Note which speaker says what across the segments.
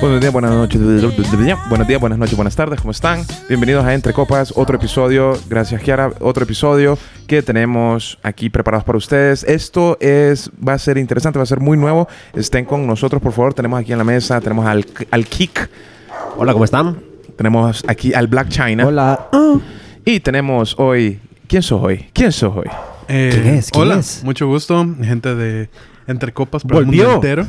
Speaker 1: buenos días, buenas noches. Buenos días, buenas noches, buenas tardes, ¿cómo están? Bienvenidos a Entre Copas, otro episodio. Gracias, Kiara. Otro episodio que tenemos aquí preparados para ustedes. Esto es, va a ser interesante, va a ser muy nuevo. Estén con nosotros, por favor. Tenemos aquí en la mesa, tenemos al, al Kik,
Speaker 2: Hola, ¿cómo están?
Speaker 1: tenemos aquí al Black China.
Speaker 2: Hola.
Speaker 1: Y tenemos hoy. ¿Quién sos hoy? ¿Quién sos hoy?
Speaker 3: Eh,
Speaker 2: ¿Quién es? ¿Quién
Speaker 3: hola,
Speaker 2: es?
Speaker 3: mucho gusto, gente de Entre Copas para el
Speaker 2: ¡Volvió!
Speaker 3: mundo entero.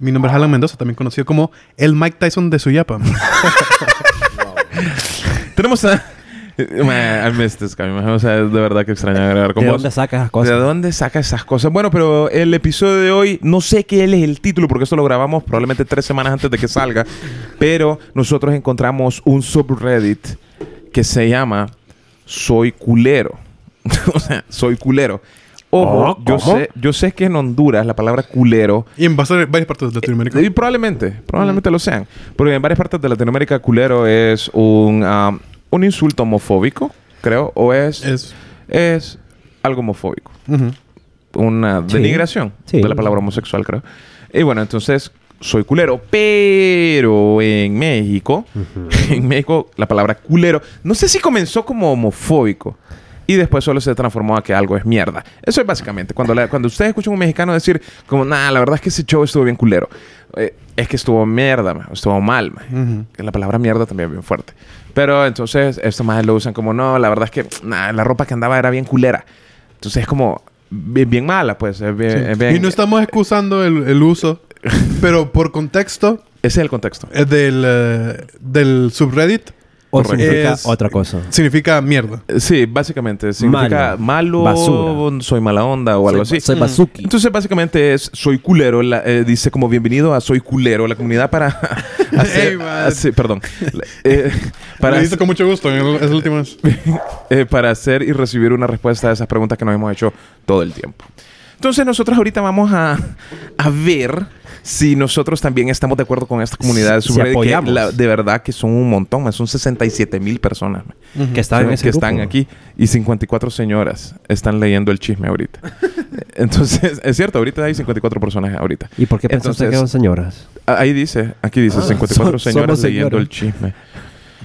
Speaker 3: Mi nombre es Alan Mendoza, también conocido como el Mike Tyson de Suyapa.
Speaker 1: Tenemos a. Man, I missed this guy, man. O sea, es de verdad que extraño grabar con
Speaker 2: ¿De
Speaker 1: vos.
Speaker 2: dónde sacas esas
Speaker 1: ¿De
Speaker 2: cosas?
Speaker 1: dónde saca esas cosas? Bueno, pero el episodio de hoy, no sé qué es el título, porque esto lo grabamos probablemente tres semanas antes de que salga, pero nosotros encontramos un subreddit que se llama Soy culero. o sea, soy culero. Ojo,
Speaker 2: Oh,
Speaker 1: yo,
Speaker 2: ¿cómo?
Speaker 1: sé, yo sé que en Honduras la palabra culero eh,
Speaker 3: y en base- varias partes de Latinoamérica.
Speaker 1: y probablemente, probablemente lo sean. Porque en varias partes de Latinoamérica, culero es un, um, un insulto homofóbico, creo, o es, es,
Speaker 3: Es.
Speaker 1: algo homofóbico.
Speaker 3: ujú.
Speaker 1: Una
Speaker 2: Sí.
Speaker 1: denigración
Speaker 2: Sí.
Speaker 1: de la palabra homosexual, creo. Y bueno, entonces soy culero. Pero en México, en México, la palabra culero, no sé si comenzó como homofóbico. Y después solo se transformó a que algo es mierda. Eso es básicamente. Cuando, la- cuando ustedes escuchan a un mexicano decir, como, nah, la verdad es que ese show estuvo bien culero. Eh, es que estuvo mierda, ma, estuvo mal. ma.
Speaker 3: Ujú.
Speaker 1: Que La palabra mierda también es bien fuerte. Pero entonces, estos más lo usan como, no, la verdad es que nah, la ropa que andaba era bien culera. Entonces es como, bien, bien mala, pues. Es bien, es bien-
Speaker 3: Y no estamos excusando el, el uso, pero por contexto
Speaker 1: Ese es el contexto.
Speaker 3: eh, del, eh, del subreddit
Speaker 2: O
Speaker 1: Correcto.
Speaker 2: significa
Speaker 3: Es-
Speaker 2: otra cosa.
Speaker 3: significa mierda.
Speaker 1: Eh, Sí, básicamente. Significa malo,
Speaker 2: Basura.
Speaker 1: soy mala onda o algo
Speaker 2: Soy-
Speaker 1: así.
Speaker 2: Soy Bazuki.
Speaker 1: Entonces, básicamente es Soy Culero. la- eh, dice como bienvenido a Soy Culero, la comunidad para hacer.
Speaker 3: Ey, man.
Speaker 1: hacer- perdón. La- eh,
Speaker 3: Para
Speaker 1: para,
Speaker 3: dice con mucho gusto, en el- es la última vez.
Speaker 1: eh, para hacer y recibir una respuesta a esas preguntas que nos hemos hecho todo el tiempo. Entonces, nosotros ahorita vamos a, a ver si nosotros también estamos de acuerdo con esta comunidad de
Speaker 2: Si
Speaker 1: subreddit, que
Speaker 2: apoyamos.
Speaker 1: la- de verdad que son un montón, man, son 67 mil personas. man.
Speaker 2: Que están
Speaker 1: Sí,
Speaker 2: en ese
Speaker 1: que
Speaker 2: grupo.
Speaker 1: están aquí y 54 señoras están leyendo el chisme ahorita. Entonces, es cierto, ahorita hay 54 personas ahorita.
Speaker 2: ¿Y por qué pensaste
Speaker 1: Entonces-
Speaker 2: que son señoras?
Speaker 1: Ah, Ahí dice, aquí dice 54
Speaker 2: so-
Speaker 1: señoras
Speaker 2: somos
Speaker 1: leyendo
Speaker 2: señores.
Speaker 1: el chisme.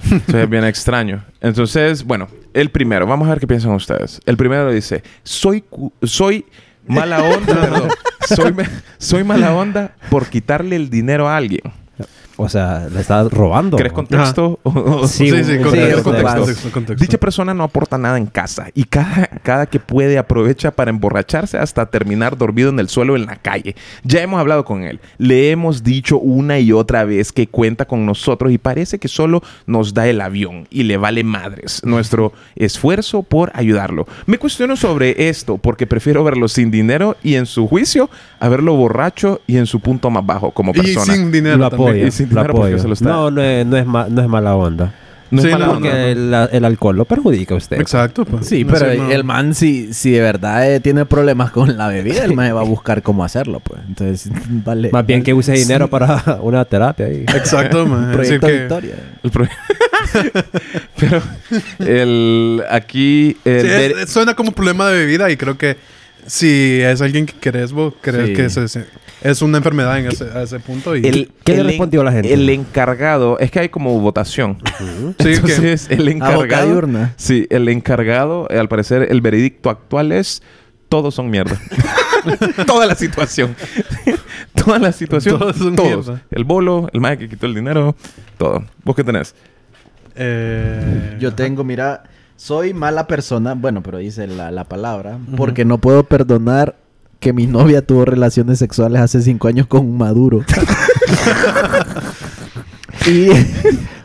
Speaker 1: Entonces, es bien extraño. Entonces, bueno, el primero, vamos a ver qué piensan ustedes. El primero dice, soy cu- soy mala onda, perdón. Soy, me- soy mala onda por quitarle el dinero a alguien.
Speaker 2: O sea, le estás robando.
Speaker 1: ¿Querés contexto? O- o-
Speaker 2: Ah. Sí,
Speaker 3: sí, sí,
Speaker 2: sí,
Speaker 3: contexto,
Speaker 1: sí,
Speaker 3: contexto,
Speaker 1: sí.
Speaker 3: contexto, contexto.
Speaker 1: Dicha persona no aporta nada en casa y cada, cada que puede aprovecha para emborracharse hasta terminar dormido en el suelo en la calle. Ya hemos hablado con él, le hemos dicho una y otra vez que cuenta con nosotros y parece que solo nos da el avión y le vale madres nuestro esfuerzo por ayudarlo. Me cuestiono sobre esto porque prefiero verlo sin dinero y en su juicio a verlo borracho y en su punto más bajo como
Speaker 3: Y
Speaker 1: persona.
Speaker 3: sin dinero
Speaker 2: Lo
Speaker 3: también.
Speaker 2: apoyo.
Speaker 1: Y sin
Speaker 2: Lo
Speaker 1: dinero porque
Speaker 2: apoyo.
Speaker 1: se lo está-
Speaker 2: No, no es, no, es ma- no es mala onda.
Speaker 1: No es
Speaker 3: Sí,
Speaker 1: mala
Speaker 3: no,
Speaker 1: onda.
Speaker 3: no.
Speaker 2: Porque el, el alcohol lo perjudica a usted.
Speaker 3: Exacto. pues.
Speaker 4: Sí,
Speaker 3: No
Speaker 4: pero
Speaker 3: sé, no.
Speaker 4: el man, si, si de verdad eh, tiene problemas con la bebida, el man va a buscar cómo hacerlo, pues. Entonces, vale.
Speaker 2: Más bien que use dinero para una terapia. ahí.
Speaker 3: Exacto, man. Es decir
Speaker 4: Proyecto
Speaker 3: que-
Speaker 4: Victoria.
Speaker 1: El pro- Pero el aquí el
Speaker 3: Sí, es-
Speaker 1: de-
Speaker 3: es- suena como problema de bebida y creo que si es alguien que querés vos, crees
Speaker 4: Sí.
Speaker 3: que es, es- es una enfermedad en ese, a ese punto. Y,
Speaker 1: el-
Speaker 2: ¿Qué le
Speaker 1: el en-
Speaker 2: respondió la gente?
Speaker 1: El encargado, es que hay como votación.
Speaker 3: Sí, que,
Speaker 1: Entonces, el
Speaker 4: A boca de
Speaker 1: encargado.
Speaker 4: urna.
Speaker 1: Sí, el encargado, eh, al parecer, el veredicto actual es todos son mierda. Toda la situación. Toda la situación.
Speaker 3: Todos
Speaker 1: Todos
Speaker 3: son mierda.
Speaker 1: El bolo, el mae que quitó el dinero, todo. ¿Vos qué tenés?
Speaker 3: eh,
Speaker 4: Yo tengo, mira, soy mala persona, bueno, pero dice la, la palabra, porque no puedo perdonar que mi novia tuvo relaciones sexuales hace cinco años con un maduro. y, o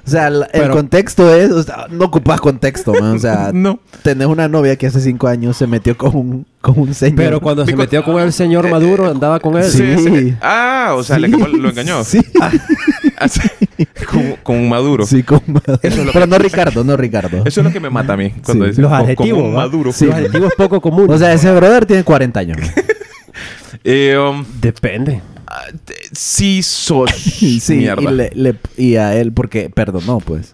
Speaker 4: sea, el, el
Speaker 2: Pero-
Speaker 4: contexto es, o sea, no ocupas contexto, man, o sea,
Speaker 1: no.
Speaker 4: tenés una novia que hace cinco años se metió con un, con un señor.
Speaker 2: Pero cuando se
Speaker 1: Because-
Speaker 2: metió con el señor Maduro, andaba con él.
Speaker 4: Sí.
Speaker 1: Ah, o sea, le
Speaker 4: Sí,
Speaker 1: acabó- lo engañó.
Speaker 4: Sí,
Speaker 1: Así, con, con un maduro.
Speaker 4: sí, con maduro.
Speaker 1: Eso es lo
Speaker 4: Pero no Ricardo, no Ricardo.
Speaker 1: Eso es lo que me mata a mí. Cuando
Speaker 4: Sí.
Speaker 1: dicen
Speaker 2: Los
Speaker 1: "Con- con
Speaker 2: adjetivos.
Speaker 1: un
Speaker 2: ¿va?
Speaker 1: maduro.
Speaker 2: Sí, Los adjetivos poco comunes.
Speaker 4: O sea, ese brother tiene 40 años. man.
Speaker 1: Eh, um,
Speaker 2: depende.
Speaker 1: ah, te- sí sos
Speaker 4: Sí,
Speaker 1: mierda.
Speaker 4: y, le- le- y a él porque perdonó, pues.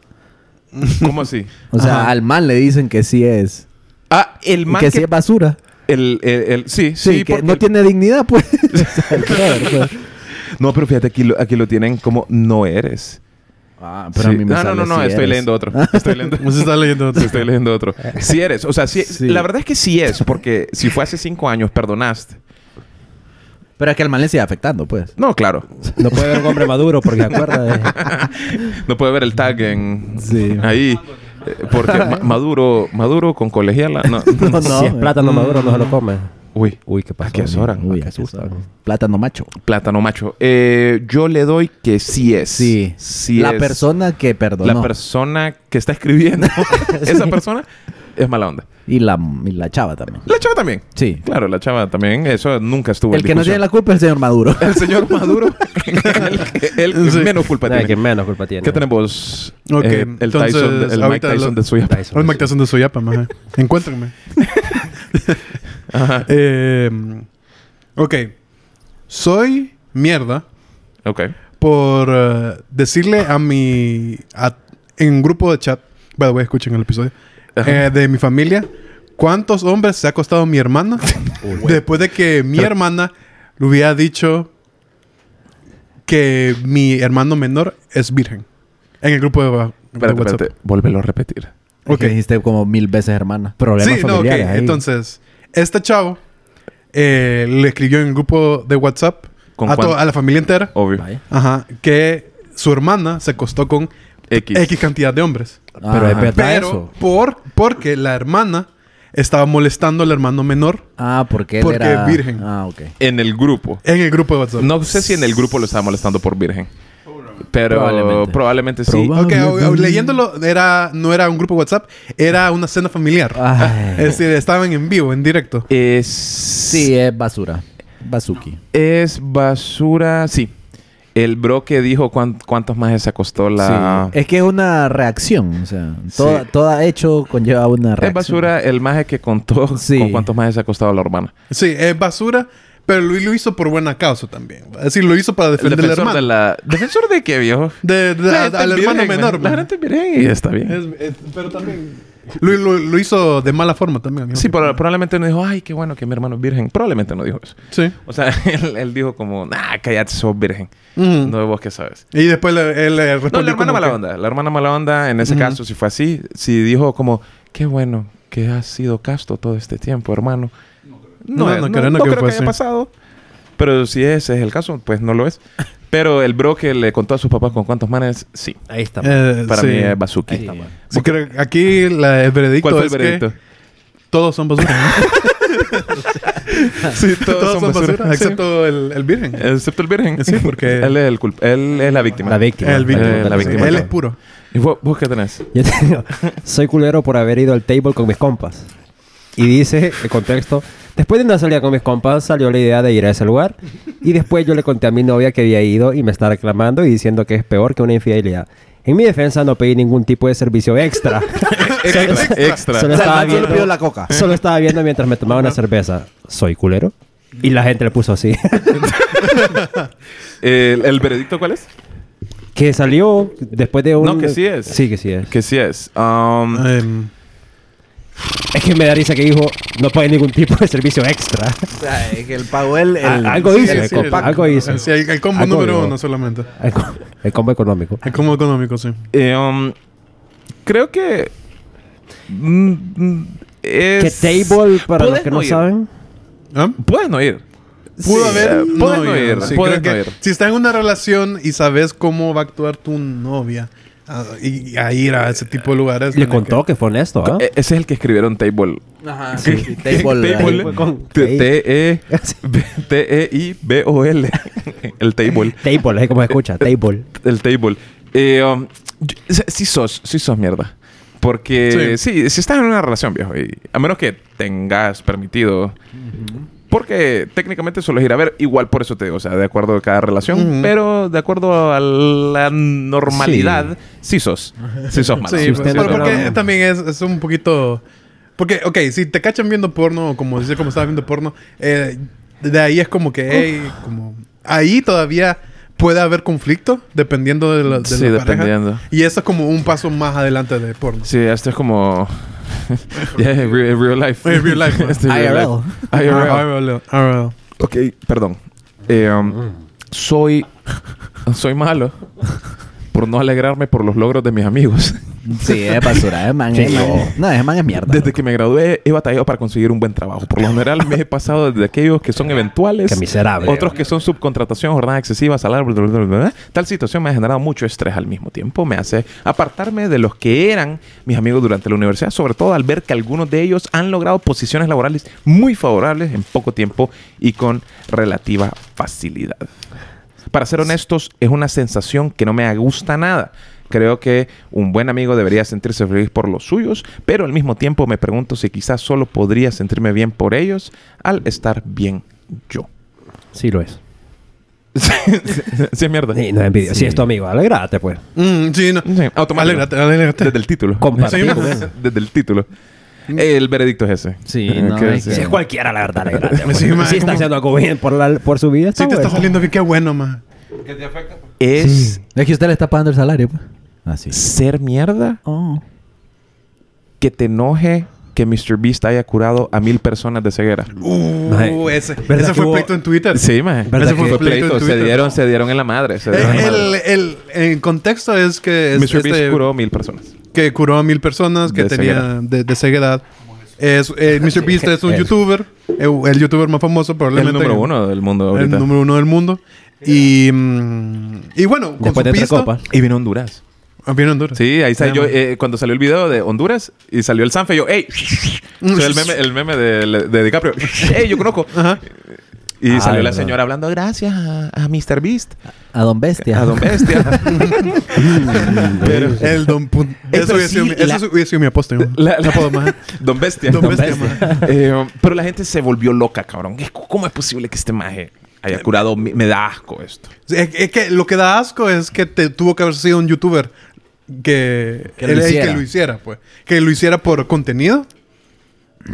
Speaker 1: ¿Cómo así?
Speaker 4: O sea,
Speaker 3: Ajá.
Speaker 4: al man le dicen que sí es.
Speaker 1: Ah, el man
Speaker 4: que,
Speaker 1: que...
Speaker 4: sí es basura.
Speaker 1: el, el- el- sí, sí,
Speaker 4: Sí, que
Speaker 1: porque
Speaker 4: no
Speaker 1: el-
Speaker 4: tiene dignidad, pues. O sea, el brother, pues.
Speaker 1: No, pero fíjate, aquí lo, aquí lo tienen como no eres.
Speaker 4: Ah, pero a
Speaker 1: Sí.
Speaker 4: mí me
Speaker 1: no, no,
Speaker 4: sale
Speaker 1: no, no,
Speaker 4: si
Speaker 1: estoy
Speaker 4: eres.
Speaker 1: leyendo otro.
Speaker 4: Ah,
Speaker 1: Estoy leyendo
Speaker 3: ¿Cómo se está leyendo?
Speaker 1: Sí, estoy leyendo otro. Si eres, o sea, sí-
Speaker 4: Sí.
Speaker 1: la verdad es que sí es, porque si fue hace cinco años, perdonaste.
Speaker 4: Pero es que al mal le sigue afectando, pues.
Speaker 1: No, claro.
Speaker 2: No puede haber un hombre maduro porque acuerda de...
Speaker 1: No puede ver el tag en
Speaker 4: Sí.
Speaker 1: ahí. eh, Porque ma- Maduro, Maduro con colegiala. No.
Speaker 4: No,
Speaker 2: si es plátano maduro no se lo come.
Speaker 1: Uy,
Speaker 2: Uy, qué pasó.
Speaker 1: ¿A qué
Speaker 2: amigo?
Speaker 1: horas?
Speaker 4: Uy,
Speaker 2: qué
Speaker 4: aquí
Speaker 2: susto.
Speaker 4: está. Plátano macho.
Speaker 1: plátano macho. Eh, yo le doy que sí es.
Speaker 4: Sí.
Speaker 1: Sí
Speaker 4: la
Speaker 1: es.
Speaker 4: persona que perdonó.
Speaker 1: La persona que está escribiendo. Esa persona es mala onda.
Speaker 4: y, la, y la chava también.
Speaker 1: La chava también.
Speaker 4: Sí.
Speaker 1: Claro, la chava también. Eso nunca estuvo
Speaker 4: El
Speaker 1: en
Speaker 4: que no tiene
Speaker 1: discusión.
Speaker 4: la culpa es el señor Maduro.
Speaker 1: El señor Maduro. el que- el que
Speaker 3: Sí.
Speaker 1: menos culpa
Speaker 2: Ay,
Speaker 1: Pues tiene.
Speaker 2: que menos culpa tiene.
Speaker 1: ¿Qué tenemos?
Speaker 3: Ok,
Speaker 1: Eh, el
Speaker 3: entonces,
Speaker 1: Tyson, de- el Mike
Speaker 3: ahorita
Speaker 1: Tyson
Speaker 3: lo-
Speaker 1: de suya.
Speaker 2: Tyson.
Speaker 3: Hoy Mactason de Soyapa, maja. Encuéntrenme.
Speaker 1: Ajá.
Speaker 3: Eh, ok. Soy mierda
Speaker 1: Ok.
Speaker 3: por eh, decirle a mi... a- en un grupo de chat... By the way, escuchen el episodio.
Speaker 1: Ajá.
Speaker 3: eh, de mi familia. ¿Cuántos hombres se ha costado mi hermana?
Speaker 1: Oh,
Speaker 3: después de que mi hermana le hubiera dicho que mi hermano menor es virgen. En el grupo de, wa- de
Speaker 1: Espérate,
Speaker 3: WhatsApp.
Speaker 1: espérate. Vuélvelo a repetir.
Speaker 4: Ok.
Speaker 3: Ok.
Speaker 4: dijiste como mil veces hermana.
Speaker 2: Problemas
Speaker 3: Sí, no, ok.
Speaker 2: familiares ahí.
Speaker 3: Entonces, este chavo eh, le escribió en el grupo de WhatsApp
Speaker 1: ¿Con Oh.
Speaker 3: a, to-
Speaker 1: cuánto?
Speaker 3: a la familia entera
Speaker 1: Obvio.
Speaker 4: Vaya.
Speaker 3: ajá, que su hermana se costó con
Speaker 1: X.
Speaker 3: X cantidad de hombres.
Speaker 2: Pero es
Speaker 4: Ah, Ajá.
Speaker 2: verdad
Speaker 3: Pero
Speaker 2: eso.
Speaker 3: por, porque la hermana estaba molestando al hermano menor
Speaker 4: Ah, porque él
Speaker 3: Porque
Speaker 4: era...
Speaker 3: es virgen.
Speaker 4: Ah, ok.
Speaker 1: En el grupo.
Speaker 3: en el grupo de WhatsApp.
Speaker 1: No sé si en el grupo lo estaba molestando por virgen. Pero probablemente,
Speaker 4: Probablemente.
Speaker 1: sí.
Speaker 4: Proba-
Speaker 3: Ok, o- o- leyéndolo era, no era un grupo de WhatsApp, era una cena familiar. Ah,
Speaker 4: Ay.
Speaker 3: Es decir, estaban en vivo, en directo.
Speaker 1: Es...
Speaker 4: Sí, es basura. Basuki.
Speaker 1: Es basura... Sí. El bro que dijo cuán- cuántos más se acostó la...
Speaker 4: Sí. Es que es una reacción. O sea, toda,
Speaker 1: Sí.
Speaker 4: toda hecho conlleva una reacción.
Speaker 1: Es basura el maje que contó
Speaker 4: Sí.
Speaker 1: con cuántos más se ha acostado la hermana.
Speaker 3: Sí, es basura, pero Luis lo hizo por buena causa también. Es decir, lo hizo para
Speaker 1: El
Speaker 3: defender al
Speaker 1: defensor
Speaker 3: hermano.
Speaker 1: de la... ¿Defensor de qué, viejo?
Speaker 3: De, de-
Speaker 1: La
Speaker 3: a-
Speaker 1: gente
Speaker 3: al
Speaker 1: es
Speaker 3: hermano
Speaker 1: virgen,
Speaker 3: menor.
Speaker 1: man. La
Speaker 3: man.
Speaker 1: gente es virgen y está bien.
Speaker 3: Es- es- pero también... Luis lo, lo hizo de mala forma también. al mismo
Speaker 1: Sí,
Speaker 3: tiempo.
Speaker 1: pero probablemente no dijo, ay, qué bueno que mi hermano es virgen. Probablemente no dijo eso.
Speaker 3: Sí.
Speaker 1: O sea, él, él dijo como, nah, cállate, sos virgen.
Speaker 3: Ujú.
Speaker 1: No vos qué sabes.
Speaker 3: Y después le- él le
Speaker 1: No,
Speaker 3: respondió
Speaker 1: la hermana
Speaker 3: Mm. Pues como
Speaker 1: mala
Speaker 3: que-
Speaker 1: onda. La hermana mala onda, en ese
Speaker 3: Ujú.
Speaker 1: caso, si fue así, si dijo como, qué bueno que has sido casto todo este tiempo, hermano. No, eh,
Speaker 3: No, no
Speaker 1: no,
Speaker 3: creo, no
Speaker 1: no
Speaker 3: creo
Speaker 1: creo que
Speaker 3: fue
Speaker 1: haya
Speaker 3: así.
Speaker 1: pasado. Pero si ese es el caso, pues no lo es. Pero el bro que le contó a sus papás con cuántos manes, sí.
Speaker 2: Ahí está.
Speaker 3: Eh,
Speaker 1: Para
Speaker 3: sí.
Speaker 1: mí es Bazuki.
Speaker 2: Ahí está, man.
Speaker 3: Sí, creo que aquí la- el veredicto
Speaker 1: ¿Cuál fue el
Speaker 3: es que
Speaker 1: veredicto?
Speaker 3: todos son basura.
Speaker 1: Sí, Eh,
Speaker 3: todos, son basura, excepto el, el virgen.
Speaker 1: Excepto el virgen.
Speaker 3: Sí, porque-
Speaker 1: él es el culp- él es la víctima.
Speaker 2: La víctima.
Speaker 3: El víctima.
Speaker 1: Eh, la
Speaker 3: Sí.
Speaker 1: víctima.
Speaker 3: Él es puro.
Speaker 1: ¿Y vos, vos qué tenés?
Speaker 2: Yo tengo- soy culero por haber ido al table con mis compas. Y dice el contexto, después de una salida con mis compas salió la idea de ir a ese lugar y después yo le conté a mi novia que había ido y me está reclamando y diciendo que es peor que una infidelidad. En mi defensa no pedí ningún tipo de servicio extra.
Speaker 1: E-, Extra. extra.
Speaker 4: O
Speaker 2: Solo
Speaker 4: sea, el
Speaker 2: estaba
Speaker 4: man solo
Speaker 2: viendo,
Speaker 4: pidió la coca.
Speaker 2: Solo estaba viendo mientras me tomaba una cerveza. Soy culero. Y la gente le puso así.
Speaker 1: ¿El, el veredicto cuál es?
Speaker 2: que salió después de un...
Speaker 1: No, que sí es.
Speaker 2: Sí, que sí es.
Speaker 1: Que sí es. Um,
Speaker 3: Em,
Speaker 2: Es que me da risa que dijo, no pagué ningún tipo de servicio extra.
Speaker 4: O sea, es que el pago él...
Speaker 2: Ah,
Speaker 4: el-
Speaker 2: algo
Speaker 3: sí,
Speaker 2: dice,
Speaker 3: sí,
Speaker 2: el
Speaker 3: sí,
Speaker 2: compa,
Speaker 3: el-
Speaker 2: algo dice.
Speaker 3: sí, el, el combo
Speaker 2: Algo
Speaker 3: número
Speaker 2: digo.
Speaker 3: uno solamente.
Speaker 2: El, com- el combo económico.
Speaker 3: El combo económico, sí.
Speaker 1: eh, um, creo que. mm, mm,
Speaker 2: Que
Speaker 1: es-
Speaker 2: table, para los
Speaker 1: Puedes
Speaker 2: que no
Speaker 1: ir.
Speaker 2: saben,
Speaker 3: ¿Ah?
Speaker 1: Puedes no ir.
Speaker 3: Pudo
Speaker 1: Sí, eh,
Speaker 3: haber.
Speaker 1: puedes no ir,
Speaker 3: Sí,
Speaker 1: puedes
Speaker 3: creo
Speaker 1: no
Speaker 3: que
Speaker 1: ir.
Speaker 3: Si estás en una relación y sabes cómo va a actuar tu novia ah, y, y a ir a ese tipo de lugares.
Speaker 2: le
Speaker 3: tenés
Speaker 2: contó que fue honesto, ¿ah?
Speaker 1: E- ese es el que escribieron table.
Speaker 4: Ajá, sí, sí, table,
Speaker 1: Table.
Speaker 4: ahí.
Speaker 2: con-
Speaker 1: T- E, T-E- T-E-I-B-O-L. El table. Eh,
Speaker 2: Table, es como se escucha, table.
Speaker 1: El table. Eh, um, yo- s- sí sos, sí sos mierda. Porque sí. si estás en una relación, viejo, y a menos que tengas permitido. Porque técnicamente solo es ir a ver, igual por eso te digo, o sea, de acuerdo a cada relación,
Speaker 3: Ujú.
Speaker 1: pero de acuerdo a la normalidad, sí, sos. Sí pues, sos malo.
Speaker 3: Sí,
Speaker 2: Si usted
Speaker 3: pero
Speaker 2: no-
Speaker 3: porque
Speaker 2: no.
Speaker 3: también es, es un poquito... Porque, ok, si te cachan viendo porno, o como decía, como estaba viendo porno, eh, de ahí es como que, hey, como... Ahí todavía puede haber conflicto dependiendo de la, de
Speaker 1: Sí,
Speaker 3: la pareja.
Speaker 1: dependiendo.
Speaker 3: Y eso es como un paso más adelante de porno.
Speaker 1: Sí, esto es como. yeah, re- real life.
Speaker 3: Eh, real life, ¿no?
Speaker 1: Esto es
Speaker 4: IRL.
Speaker 1: life. IRL.
Speaker 3: Ah, ah, ah, ah, ah.
Speaker 1: Ok, perdón. Eh, um, soy, soy malo por no alegrarme por los logros de mis amigos.
Speaker 4: Sí, es basura, es man. es man. No, ese man es mierda.
Speaker 1: Desde
Speaker 4: loco.
Speaker 1: que me gradué he batallado para conseguir un buen trabajo. Por lo general me he pasado desde aquellos que son eventuales,
Speaker 2: Qué miserable.
Speaker 1: otros que son subcontratación, jornada excesiva, salario. bla, bla, bla, bla, bla. Tal situación me ha generado mucho estrés al mismo tiempo. Me hace apartarme de los que eran mis amigos durante la universidad, sobre todo al ver que algunos de ellos han logrado posiciones laborales muy favorables en poco tiempo y con relativa facilidad. Para ser honestos, es una sensación que no me gusta nada. Creo que un buen amigo debería sentirse feliz por los suyos, pero al mismo tiempo me pregunto si quizás solo podría sentirme bien por ellos al estar bien yo.
Speaker 2: Sí lo es.
Speaker 1: sí, es mierda.
Speaker 2: Sí, no es envidia. Si es tu amigo, alegrate, pues.
Speaker 3: Mm, sí, no.
Speaker 1: Sí, automático.
Speaker 3: Alégrate, alégrate.
Speaker 1: Desde el título.
Speaker 2: Compartir.
Speaker 1: Sí, Desde el título.
Speaker 3: Mm.
Speaker 1: El veredicto es ese. Eh,
Speaker 4: Sí, no,
Speaker 1: Que
Speaker 4: es
Speaker 1: sí.
Speaker 4: que-
Speaker 2: Si es cualquiera, la verdad, alegrate. pues.
Speaker 3: Sí, man,
Speaker 2: si está
Speaker 3: como-
Speaker 2: haciendo algo bien por, la, por su vida, está
Speaker 1: Ah,
Speaker 3: Sí te está
Speaker 2: bueno.
Speaker 3: saliendo bien, qué bueno, man.
Speaker 1: Es
Speaker 4: Es que usted le está pagando el salario. pues. Así.
Speaker 1: ser mierda
Speaker 4: Oh.
Speaker 1: que te enoje que Mr. Beast haya curado a mil personas de ceguera.
Speaker 3: Uh,
Speaker 2: Maje,
Speaker 3: ese,
Speaker 2: ¿verdad
Speaker 3: ese
Speaker 2: que
Speaker 3: fue
Speaker 2: hubo-
Speaker 3: pleito en Twitter.
Speaker 1: Sí, man.
Speaker 2: ¿Verdad
Speaker 1: Ese fue
Speaker 3: que-
Speaker 1: el pleito.
Speaker 3: en
Speaker 1: Se
Speaker 3: Twitter?
Speaker 1: dieron, se dieron en la madre. Se dieron en la madre.
Speaker 3: Eh, El, el, el contexto es que es-
Speaker 1: Mr.
Speaker 3: este-
Speaker 1: Beast curó a mil personas.
Speaker 3: que curó a mil personas que
Speaker 1: De ceguera.
Speaker 3: tenían de, de ceguedad. Es, eh, Mr. Beast es un
Speaker 2: Él.
Speaker 3: youtuber, eh, el, el youtuber más famoso
Speaker 1: El
Speaker 3: probablemente.
Speaker 1: número
Speaker 3: en-
Speaker 1: uno del mundo
Speaker 3: El
Speaker 1: ahorita.
Speaker 3: número uno del mundo. Y, mm, y bueno, con su
Speaker 2: Después de tres
Speaker 3: pisto-
Speaker 2: copas.
Speaker 1: Y vino a Honduras.
Speaker 3: Ah, viene Honduras.
Speaker 1: Sí, ahí salió.
Speaker 3: Ah, man.
Speaker 1: eh, cuando salió el video de Honduras y salió el Sanfe, yo, ¡ey! Soy el meme, el meme de, de DiCaprio. ¡ey! Yo conozco.
Speaker 3: Ajá.
Speaker 1: Y
Speaker 2: Ah,
Speaker 1: salió la
Speaker 2: verdad.
Speaker 1: señora hablando, gracias a, a Mr. Beast,
Speaker 4: A Don Bestia.
Speaker 1: a Don Bestia. Pero-
Speaker 3: El don Pun-
Speaker 1: Eh,
Speaker 3: Eso
Speaker 1: pero
Speaker 3: hubiera sido
Speaker 1: sí,
Speaker 3: mi- eso
Speaker 1: la-
Speaker 3: hubiera sido mi aposta. ¿no?
Speaker 1: La-
Speaker 3: El apodo más.
Speaker 1: Don Bestia.
Speaker 3: Don Bestia, man.
Speaker 1: Eh, pero la gente se volvió loca, cabrón. Es- ¿Cómo es posible que este maje haya curado? mi- Me da asco esto.
Speaker 3: Es, es que lo que da asco es que te tuvo que haber sido un youtuber que,
Speaker 4: Que lo
Speaker 3: el- el
Speaker 4: hiciera.
Speaker 3: que lo hiciera, pues. Que lo hiciera por contenido.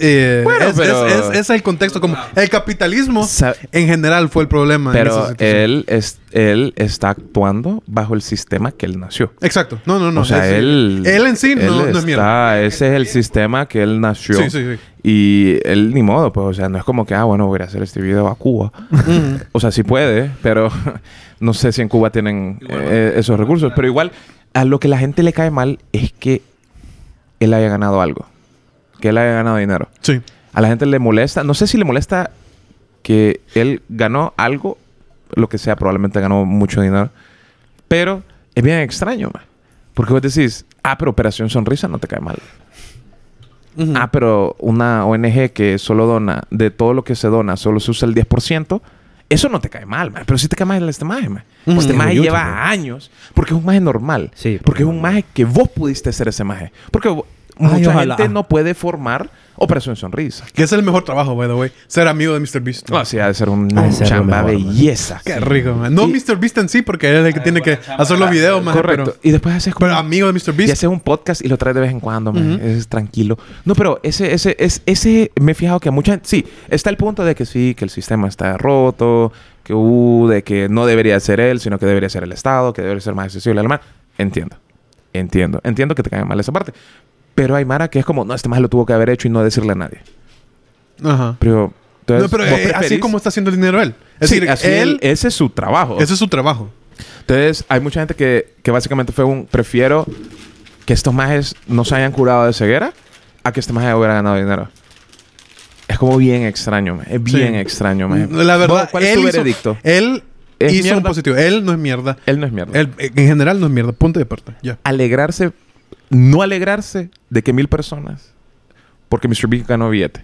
Speaker 3: Eh,
Speaker 1: Bueno,
Speaker 3: es,
Speaker 1: pero-
Speaker 3: es- es- es el contexto. Como el capitalismo
Speaker 1: Sa-
Speaker 3: en general fue el problema. en esa
Speaker 1: Pero
Speaker 3: situación.
Speaker 1: él, es, él está actuando bajo el sistema que él nació.
Speaker 3: Exacto. No, no, no.
Speaker 1: o sea,
Speaker 3: Es-
Speaker 1: él...
Speaker 3: Él en sí no,
Speaker 1: él
Speaker 3: no es
Speaker 1: está-
Speaker 3: mierda.
Speaker 1: Ese es el sistema que él nació.
Speaker 3: Sí, sí, sí.
Speaker 1: Y él ni modo, pues, o sea, no es como que, ah, bueno, voy a hacer este video a Cuba.
Speaker 3: Mm.
Speaker 1: o sea, sí puede, pero no sé si en Cuba tienen eh, esos recursos. Pero igual, a lo que la gente le cae mal es que él haya ganado algo. Que él haya ganado dinero.
Speaker 3: Sí.
Speaker 1: A la gente le molesta, no sé si le molesta que él ganó algo, lo que sea, probablemente ganó mucho dinero, pero es bien extraño, man. Porque vos decís, ah, pero Operación Sonrisa no te cae mal. Ah, pero una ONG que solo dona, de todo lo que se dona, solo se usa el 10%, eso no te cae mal, man. Pero sí te cae mal este maje, man. Pues este
Speaker 2: Es
Speaker 1: maje
Speaker 2: orgulloso,
Speaker 1: lleva
Speaker 2: ¿no?
Speaker 1: años, porque es un maje normal.
Speaker 2: Sí,
Speaker 1: porque
Speaker 2: porque
Speaker 1: es un
Speaker 2: normal.
Speaker 1: maje que vos pudiste ser ese maje. Porque vo-
Speaker 2: Ay,
Speaker 1: mucha
Speaker 2: ojalá.
Speaker 1: gente no puede formar Operación Sonrisa.
Speaker 3: Que es el mejor trabajo, by the way. Ser amigo de Mr. Beast.
Speaker 1: No, Ah, sí, ha de ser un
Speaker 2: Ha de ser lo
Speaker 1: chamba
Speaker 2: mejor, man.
Speaker 1: belleza.
Speaker 3: Qué rico, man. No
Speaker 1: Y-
Speaker 3: Mr. Beast en sí, porque él es el que tiene que hacer los videos, man.
Speaker 1: Correcto.
Speaker 3: Correcto.
Speaker 1: y después haces
Speaker 3: Pero, pero amigo de Mr.
Speaker 1: y
Speaker 3: Beast.
Speaker 1: haces un podcast y lo traes de vez en cuando, man. Es tranquilo. No, pero ese, ese, es, ese, me he fijado que mucha gente, sí, está el punto de que sí, que el sistema está roto, que uh, de que no debería ser él, sino que debería ser el Estado, que debería ser más accesible al mar. Entiendo. Entiendo. Entiendo que te caiga mal esa parte. Pero hay Mara que es como, no, este más lo tuvo que haber hecho y no decirle a nadie.
Speaker 3: Ajá.
Speaker 1: Pero,
Speaker 3: No,
Speaker 1: entonces,
Speaker 3: pero
Speaker 1: vos
Speaker 3: eh, así
Speaker 1: preferís-
Speaker 3: como está haciendo el dinero él. Es
Speaker 1: Sí,
Speaker 3: decir,
Speaker 1: así
Speaker 3: él,
Speaker 1: él, ese es su trabajo.
Speaker 3: ese es su trabajo.
Speaker 1: Entonces, hay mucha gente que, que básicamente fue un prefiero que estos majes no se hayan curado de ceguera a que este maje hubiera ganado dinero. Es como bien extraño, man. es bien extraño. man.
Speaker 3: La verdad,
Speaker 1: Vos, ¿cuál es
Speaker 3: él
Speaker 1: tu
Speaker 3: hizo-
Speaker 1: veredicto?
Speaker 3: Él
Speaker 1: ¿Es
Speaker 3: hizo un
Speaker 1: mierda?
Speaker 3: positivo. Él no es mierda.
Speaker 1: Él no es mierda.
Speaker 3: Él, eh, en general no es mierda. Punto de parte. Ya.
Speaker 1: Alegrarse, no alegrarse de que mil personas, porque Mr. Beast ganó billete.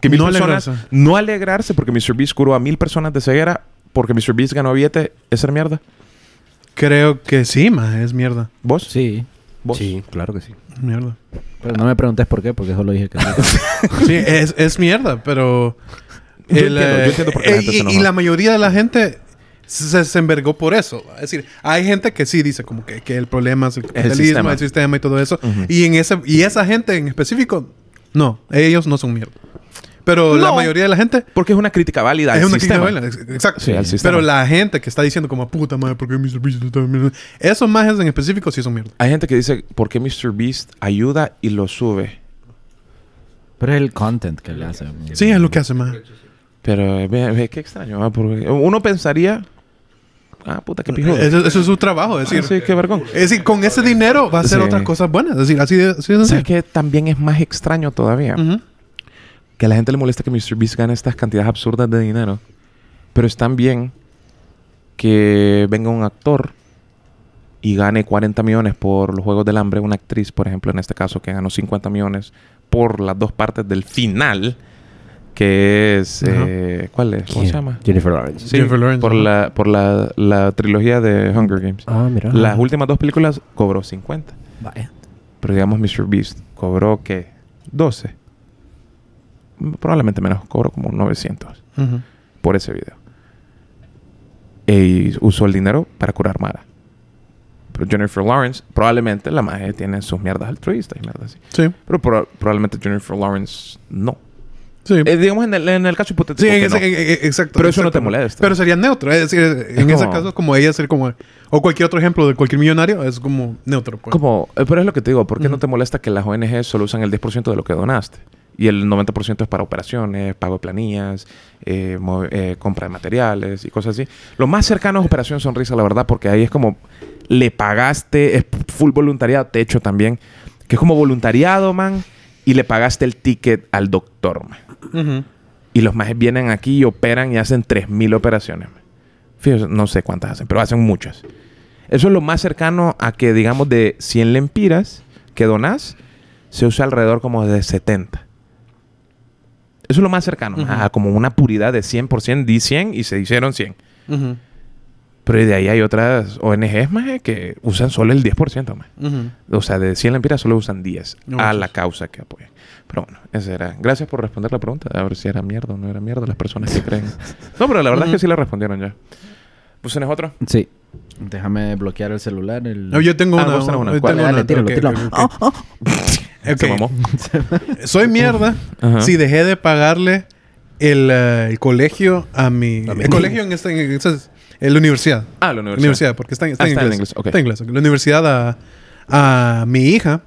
Speaker 1: Que mil
Speaker 3: No
Speaker 1: personas,
Speaker 3: alegrarse.
Speaker 1: no alegrarse porque Mr. Beast curó a mil personas de ceguera, porque Mr. Beast ganó billete, es ser mierda.
Speaker 3: Creo que sí, más es mierda.
Speaker 1: ¿Vos?
Speaker 4: Sí.
Speaker 1: ¿Vos?
Speaker 2: Sí, claro que sí.
Speaker 3: Mierda.
Speaker 4: Pero no me preguntes por qué, porque solo dije que no.
Speaker 3: Sí, es, es mierda, pero.
Speaker 1: Yo entiendo,
Speaker 3: el,
Speaker 1: yo
Speaker 3: eh,
Speaker 1: entiendo por qué la
Speaker 3: eh,
Speaker 1: gente
Speaker 3: y,
Speaker 1: se enoja.
Speaker 3: y la mayoría de la gente se, se envergó por eso. Es decir, hay gente que sí dice como que, que el problema es el capitalismo, el
Speaker 1: sistema.
Speaker 3: sistema, y todo eso.
Speaker 1: Ujú.
Speaker 3: y, en ese, y esa gente en específico, no, ellos no son mierda. Pero la
Speaker 1: No.
Speaker 3: mayoría de la gente.
Speaker 1: Porque es una crítica válida
Speaker 3: Es
Speaker 1: al
Speaker 3: una crítica
Speaker 1: sistema.
Speaker 3: buena, ex- exacto.
Speaker 1: Sí, al sistema.
Speaker 3: Pero la gente que está diciendo como puta madre, ¿por qué mis servicios están mierda? Esos majes en específico sí son mierda.
Speaker 1: Hay gente que dice, ¿por qué Mr. Beast ayuda y lo sube?
Speaker 4: Pero es el content que le hace.
Speaker 3: Sí, es lo que hace más.
Speaker 1: Pero ve, ve qué extraño. ah, porque uno pensaría. Ah, puta, qué pijudo.
Speaker 3: Eso, eso es su trabajo, es
Speaker 1: Ah,
Speaker 3: decir,
Speaker 1: sí, qué vergón.
Speaker 3: es decir, con ese dinero va a hacer
Speaker 1: Sí.
Speaker 3: otras cosas buenas. Es decir, así de, así de
Speaker 1: ¿Sabes
Speaker 3: sencillo.
Speaker 1: que también es más extraño todavía?
Speaker 3: Ujú.
Speaker 1: Que a la gente le molesta que Mr. Beast gane estas cantidades absurdas de dinero. Pero es tan bien que venga un actor y gane 40 millones por los Juegos del Hambre. Una actriz, por ejemplo, en este caso, que ganó 50 millones por las dos partes del final. Que es...
Speaker 3: Ajá.
Speaker 1: eh, ¿Cuál es? ¿Cómo se llama?
Speaker 2: Jennifer Lawrence.
Speaker 1: Sí,
Speaker 3: Jennifer Lawrence,
Speaker 1: por,
Speaker 3: ajá.
Speaker 1: la, por la, la trilogía de Hunger Games.
Speaker 2: Ah, mira.
Speaker 1: Las últimas dos películas cobró 50.
Speaker 4: Vaya.
Speaker 1: Pero digamos Mr. Beast cobró que 12. Mm, Probablemente menos, cobró como 900
Speaker 3: Ujú.
Speaker 1: por ese video. E- Y usó el dinero para curar Mara. Pero Jennifer Lawrence, probablemente la madre tiene sus mierdas altruistas y mierdas así.
Speaker 3: Sí,
Speaker 1: Pero proba- probablemente Jennifer Lawrence no.
Speaker 3: sí.
Speaker 1: Eh, digamos en el, en el caso hipotético.
Speaker 3: Sí, en
Speaker 1: que
Speaker 3: ese-
Speaker 1: no.
Speaker 3: en- en- exacto.
Speaker 1: Pero eso no te
Speaker 3: exactamente.
Speaker 1: molesta.
Speaker 3: Pero sería neutro. Es decir, en
Speaker 1: como-
Speaker 3: ese caso, como ella ser como. O cualquier otro ejemplo de cualquier millonario, es como neutro. pues.
Speaker 1: Como, eh, pero es lo que te digo, ¿por qué no
Speaker 3: Ujú.
Speaker 1: te molesta que las ONG solo usan el 10% de lo que donaste? Y el 90% es para operaciones, pago de planillas, eh, mo- eh, compra de materiales y cosas así. Lo más cercano es Operación Sonrisa, la verdad, porque ahí es como le pagaste, es full voluntariado, techo también, que es como voluntariado, man, y le pagaste el ticket al doctor, man.
Speaker 3: Ujú.
Speaker 1: Y los majes vienen aquí y operan y hacen 3.000 operaciones. Fíjese, no sé cuántas hacen, pero hacen muchas. Eso es lo más cercano a que, digamos, de 100 lempiras que donás, se usa alrededor como de 70. Eso es lo más cercano,
Speaker 3: Ujú.
Speaker 1: a como una puridad de 100%, di 100 y se hicieron 100.
Speaker 3: Ujú.
Speaker 1: Pero de ahí hay otras ONGs más que usan solo el 10% más.
Speaker 3: Ujú.
Speaker 1: O sea, de 100 lempiras solo usan 10
Speaker 3: No
Speaker 1: a
Speaker 3: manches.
Speaker 1: la causa que apoyan. Pero bueno, esa era. Gracias por responder la pregunta. A ver si era mierda o no era mierda las personas que creen. No, pero la verdad es que
Speaker 3: Ujú.
Speaker 1: sí la respondieron ya. ¿Pues tienes otro?
Speaker 2: Sí.
Speaker 4: Déjame desbloquear el celular. El...
Speaker 3: No, yo tengo
Speaker 1: Ah,
Speaker 3: una.
Speaker 1: vos tenés una.
Speaker 3: yo
Speaker 1: ¿Cuál?
Speaker 3: tengo
Speaker 4: Dale,
Speaker 3: una.
Speaker 4: tíralo,
Speaker 3: Ok,
Speaker 4: tíralo.
Speaker 3: ok,
Speaker 4: Ah,
Speaker 3: ok.
Speaker 4: ah.
Speaker 1: Se
Speaker 3: Ok.
Speaker 1: mamó.
Speaker 3: Soy mierda
Speaker 1: Ajá.
Speaker 3: si dejé de pagarle el, eh, el colegio a mi.
Speaker 4: A mi-
Speaker 3: el colegio en esta. En esta- en la universidad.
Speaker 1: Ah, la universidad.
Speaker 3: Universidad, porque está, en- está
Speaker 1: Ah,
Speaker 3: en
Speaker 1: está en
Speaker 3: inglés.
Speaker 1: inglés, ok.
Speaker 3: Está en inglés. ok. La universidad a, a mi hija.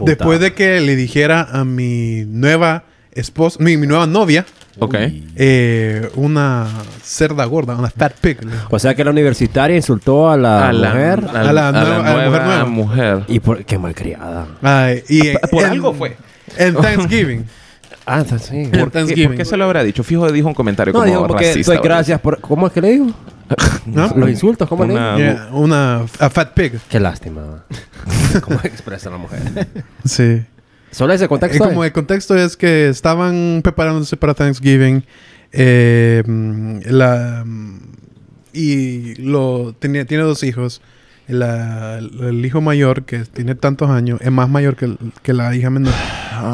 Speaker 3: después de que le dijera a mi nueva esposa, mi, mi nueva novia,
Speaker 1: Ok.
Speaker 3: eh, una cerda gorda, una fat pig. le-
Speaker 2: O sea que la universitaria insultó a la, mujer.
Speaker 1: al-
Speaker 3: a la
Speaker 1: a
Speaker 3: nueva- a la mujer
Speaker 1: nueva
Speaker 3: nueva.
Speaker 1: mujer.
Speaker 2: Y por qué malcriada.
Speaker 3: Ay, y
Speaker 1: Ah, por algo fue.
Speaker 3: En Thanksgiving.
Speaker 2: Ah, está- sí.
Speaker 3: Por-
Speaker 1: ¿Por qué,
Speaker 3: Thanksgiving.
Speaker 1: por qué se lo habrá dicho? Fijo, dijo un comentario
Speaker 2: No,
Speaker 1: como
Speaker 2: digo porque
Speaker 1: racista,
Speaker 2: doy
Speaker 1: ¿verdad?
Speaker 2: gracias por. ¿Cómo es que le digo?
Speaker 3: ¿no?
Speaker 2: Los insultos, ¿cómo le
Speaker 1: Una-
Speaker 2: digo?
Speaker 3: Yeah, una a fat pig.
Speaker 2: Qué lástima. ¿Cómo expresa la mujer?
Speaker 3: Sí.
Speaker 2: Solo ese
Speaker 3: Eh,
Speaker 2: contexto.
Speaker 3: como
Speaker 2: es?
Speaker 3: el contexto es que estaban preparándose para Thanksgiving. eh, mm, la, mm, y lo tenía, tiene dos hijos. La- el hijo mayor, que tiene tantos años, es más mayor que, el- que la hija menor.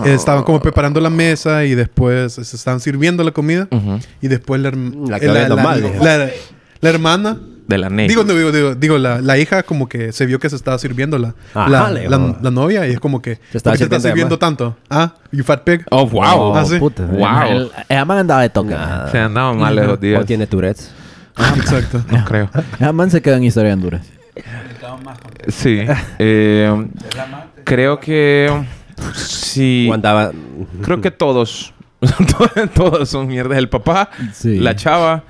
Speaker 3: Eh, Estaban como preparando la mesa y después se estaban sirviendo la comida.
Speaker 1: Ujú.
Speaker 3: Y después la, herm-
Speaker 2: La
Speaker 3: eh,
Speaker 2: que hablando mal, dije.
Speaker 3: la- la hermana
Speaker 1: De la negra.
Speaker 3: Digo, no, digo, digo, digo, la, la hija como que se vio que se estaba sirviendo la,
Speaker 2: Ajá,
Speaker 3: la,
Speaker 2: le-
Speaker 3: la- la novia y es como que
Speaker 2: Se estaba
Speaker 3: ¿por qué se está
Speaker 2: sirviendo de
Speaker 3: sirviendo tanto.
Speaker 2: más?
Speaker 3: Ah, you fat pig.
Speaker 1: pues. Oh, wow.
Speaker 3: Ah, sí.
Speaker 4: Puta, eh.
Speaker 1: Wow.
Speaker 4: El, el man andaba de toque.
Speaker 2: Nah.
Speaker 1: Se han dado mal los
Speaker 2: ¿O
Speaker 1: días.
Speaker 2: tiene Tourette's?
Speaker 3: Ah, Exacto.
Speaker 1: No creo.
Speaker 4: El man se quedó en historia de Honduras.
Speaker 1: Sí. Eh, creo que sí.
Speaker 2: ¿O andaba?
Speaker 1: Creo que todos. todos son mierdas. El papá,
Speaker 4: Sí.
Speaker 1: la chava.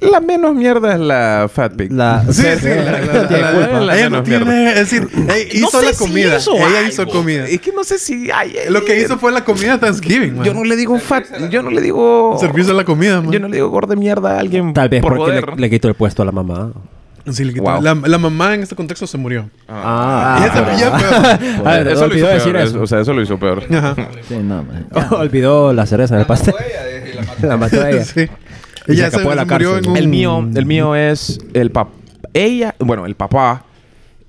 Speaker 1: La menos mierda es la Fat Pig.
Speaker 2: La,
Speaker 3: Sí, sí. la- la- la-
Speaker 1: Tiene
Speaker 3: la-
Speaker 1: culpa.
Speaker 3: la- Ella no
Speaker 1: Menos
Speaker 3: tiene... Es decir, ey,
Speaker 1: No
Speaker 3: hizo
Speaker 1: sé
Speaker 3: la
Speaker 1: si
Speaker 3: comida.
Speaker 1: hizo
Speaker 3: ella
Speaker 1: algo.
Speaker 3: hizo comida.
Speaker 1: Es que no sé si hay.
Speaker 3: Lo que hizo fue la comida de Thanksgiving, man.
Speaker 1: Yo no le digo fat. Yo no le digo.
Speaker 3: Servirse la comida, man.
Speaker 1: Yo no le digo gorda mierda a alguien.
Speaker 2: Tal vez
Speaker 1: por
Speaker 2: porque le,
Speaker 1: joder.
Speaker 2: le quitó el puesto a la mamá.
Speaker 3: Sí, le quitó-
Speaker 1: Wow.
Speaker 3: la, la mamá en este contexto se murió.
Speaker 2: Ah.
Speaker 3: Ella se- ella fue-
Speaker 2: A ver,
Speaker 1: Eso lo
Speaker 2: olvidó
Speaker 1: hizo
Speaker 2: decir
Speaker 1: peor.
Speaker 2: eso.
Speaker 1: O sea, eso lo hizo peor.
Speaker 3: Ajá.
Speaker 4: Sí, no, man.
Speaker 2: Olvidó la cereza en el pastel. La mató ella.
Speaker 3: Sí.
Speaker 2: Y se
Speaker 3: Ella se,
Speaker 2: escapó de la
Speaker 3: se murió
Speaker 2: cárcel.
Speaker 3: en un...
Speaker 1: El mío, el mío es el papá. Ella, bueno, el papá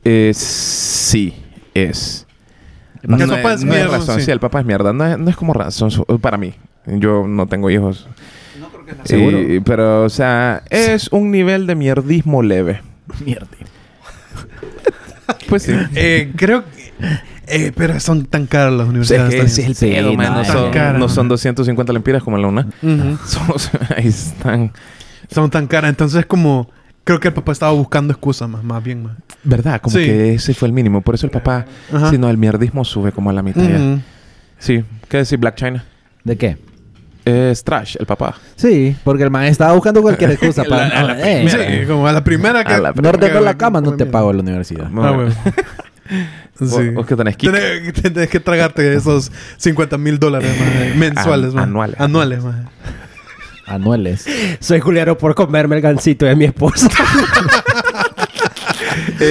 Speaker 1: es sí es.
Speaker 3: El papá
Speaker 1: es,
Speaker 3: es
Speaker 1: no
Speaker 3: mierda,
Speaker 1: razón, sí.
Speaker 3: sí.
Speaker 1: el papá es mierda. No es, no es como razón su- para mí. Yo no tengo hijos.
Speaker 2: ¿Seguro?
Speaker 1: Y- pero, o sea, es un nivel de mierdismo leve.
Speaker 4: Mierda.
Speaker 1: Pues sí.
Speaker 3: Eh, creo que... Eh, pero son tan caras las
Speaker 1: O sea,
Speaker 3: universidades.
Speaker 1: es que ese es el
Speaker 4: Sí,
Speaker 1: pedo, man.
Speaker 4: no,
Speaker 1: No
Speaker 4: es
Speaker 1: son,
Speaker 4: tan
Speaker 3: caro.
Speaker 1: no son 250 lempiras como en la una.
Speaker 3: también. Ujú.
Speaker 1: Solo se- ahí están.
Speaker 3: son tan caras. Entonces, como creo que el papá estaba buscando excusas más, más bien más.
Speaker 1: ¿Verdad? Como
Speaker 3: Sí.
Speaker 1: que ese fue el mínimo. Por eso el papá,
Speaker 3: Ajá.
Speaker 1: si no, el mierdismo sube como a la mitad. ya.
Speaker 3: Ujú.
Speaker 1: Sí. ¿Qué decir Black China?
Speaker 4: ¿De qué?
Speaker 1: Es trash, el papá.
Speaker 4: Sí, porque el man estaba buscando cualquier excusa para...
Speaker 1: La- la- la
Speaker 4: Eh,
Speaker 1: primera.
Speaker 3: Sí, como a la primera que...
Speaker 1: A la
Speaker 4: no ordenó
Speaker 3: que-
Speaker 4: la cama, no te
Speaker 3: mierda.
Speaker 4: pago la universidad.
Speaker 3: Ah, bueno. Sí.
Speaker 1: Vos- vos que tenés quique.
Speaker 3: Tenés, tenés que tragarte esos 50 mil dólares maje, mensuales,
Speaker 1: An-
Speaker 3: maje.
Speaker 1: Ah, anuales.
Speaker 3: Anuales, maje.
Speaker 4: Anuales.
Speaker 2: Soy culero por comerme el gancito de mi esposa.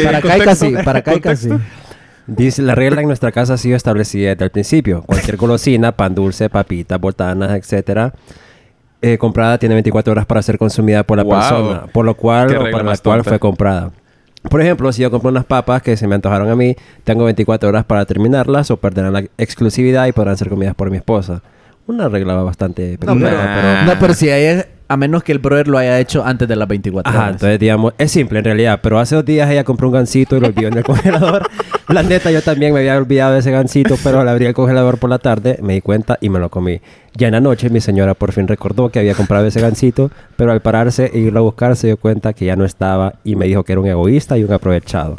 Speaker 4: para Caica sí, para Caica sí.
Speaker 2: Dice, la regla en nuestra casa ha sido establecida desde el principio. Cualquier golosina, pan dulce, papitas, botanas, etcétera, eh, comprada tiene 24 horas para ser consumida por la
Speaker 1: Wow.
Speaker 2: persona, por lo cual
Speaker 1: Qué
Speaker 2: o
Speaker 1: regla
Speaker 2: para la
Speaker 1: más
Speaker 2: cual
Speaker 1: tonta.
Speaker 2: fue comprada. Por ejemplo, si yo compro unas papas que se me antojaron a mí, tengo 24 horas para terminarlas o perderán la exclusividad y podrán ser comidas por mi esposa. Una regla bastante
Speaker 1: No,
Speaker 2: peculiar,
Speaker 1: pero-
Speaker 2: pero
Speaker 1: Ah.
Speaker 4: No, pero si ahí es... A menos que el brother lo haya hecho antes de las 24 horas.
Speaker 2: Ajá, entonces digamos, es simple en realidad, pero hace dos días ella compró un gansito y lo olvidó en el congelador. La neta, yo también me había olvidado de ese gansito, pero al abrir el congelador por la tarde me di cuenta y me lo comí. Ya en la noche mi señora por fin recordó que había comprado ese gansito, pero al pararse e irlo a buscar se dio cuenta que ya no estaba y me dijo que era un egoísta y un aprovechado.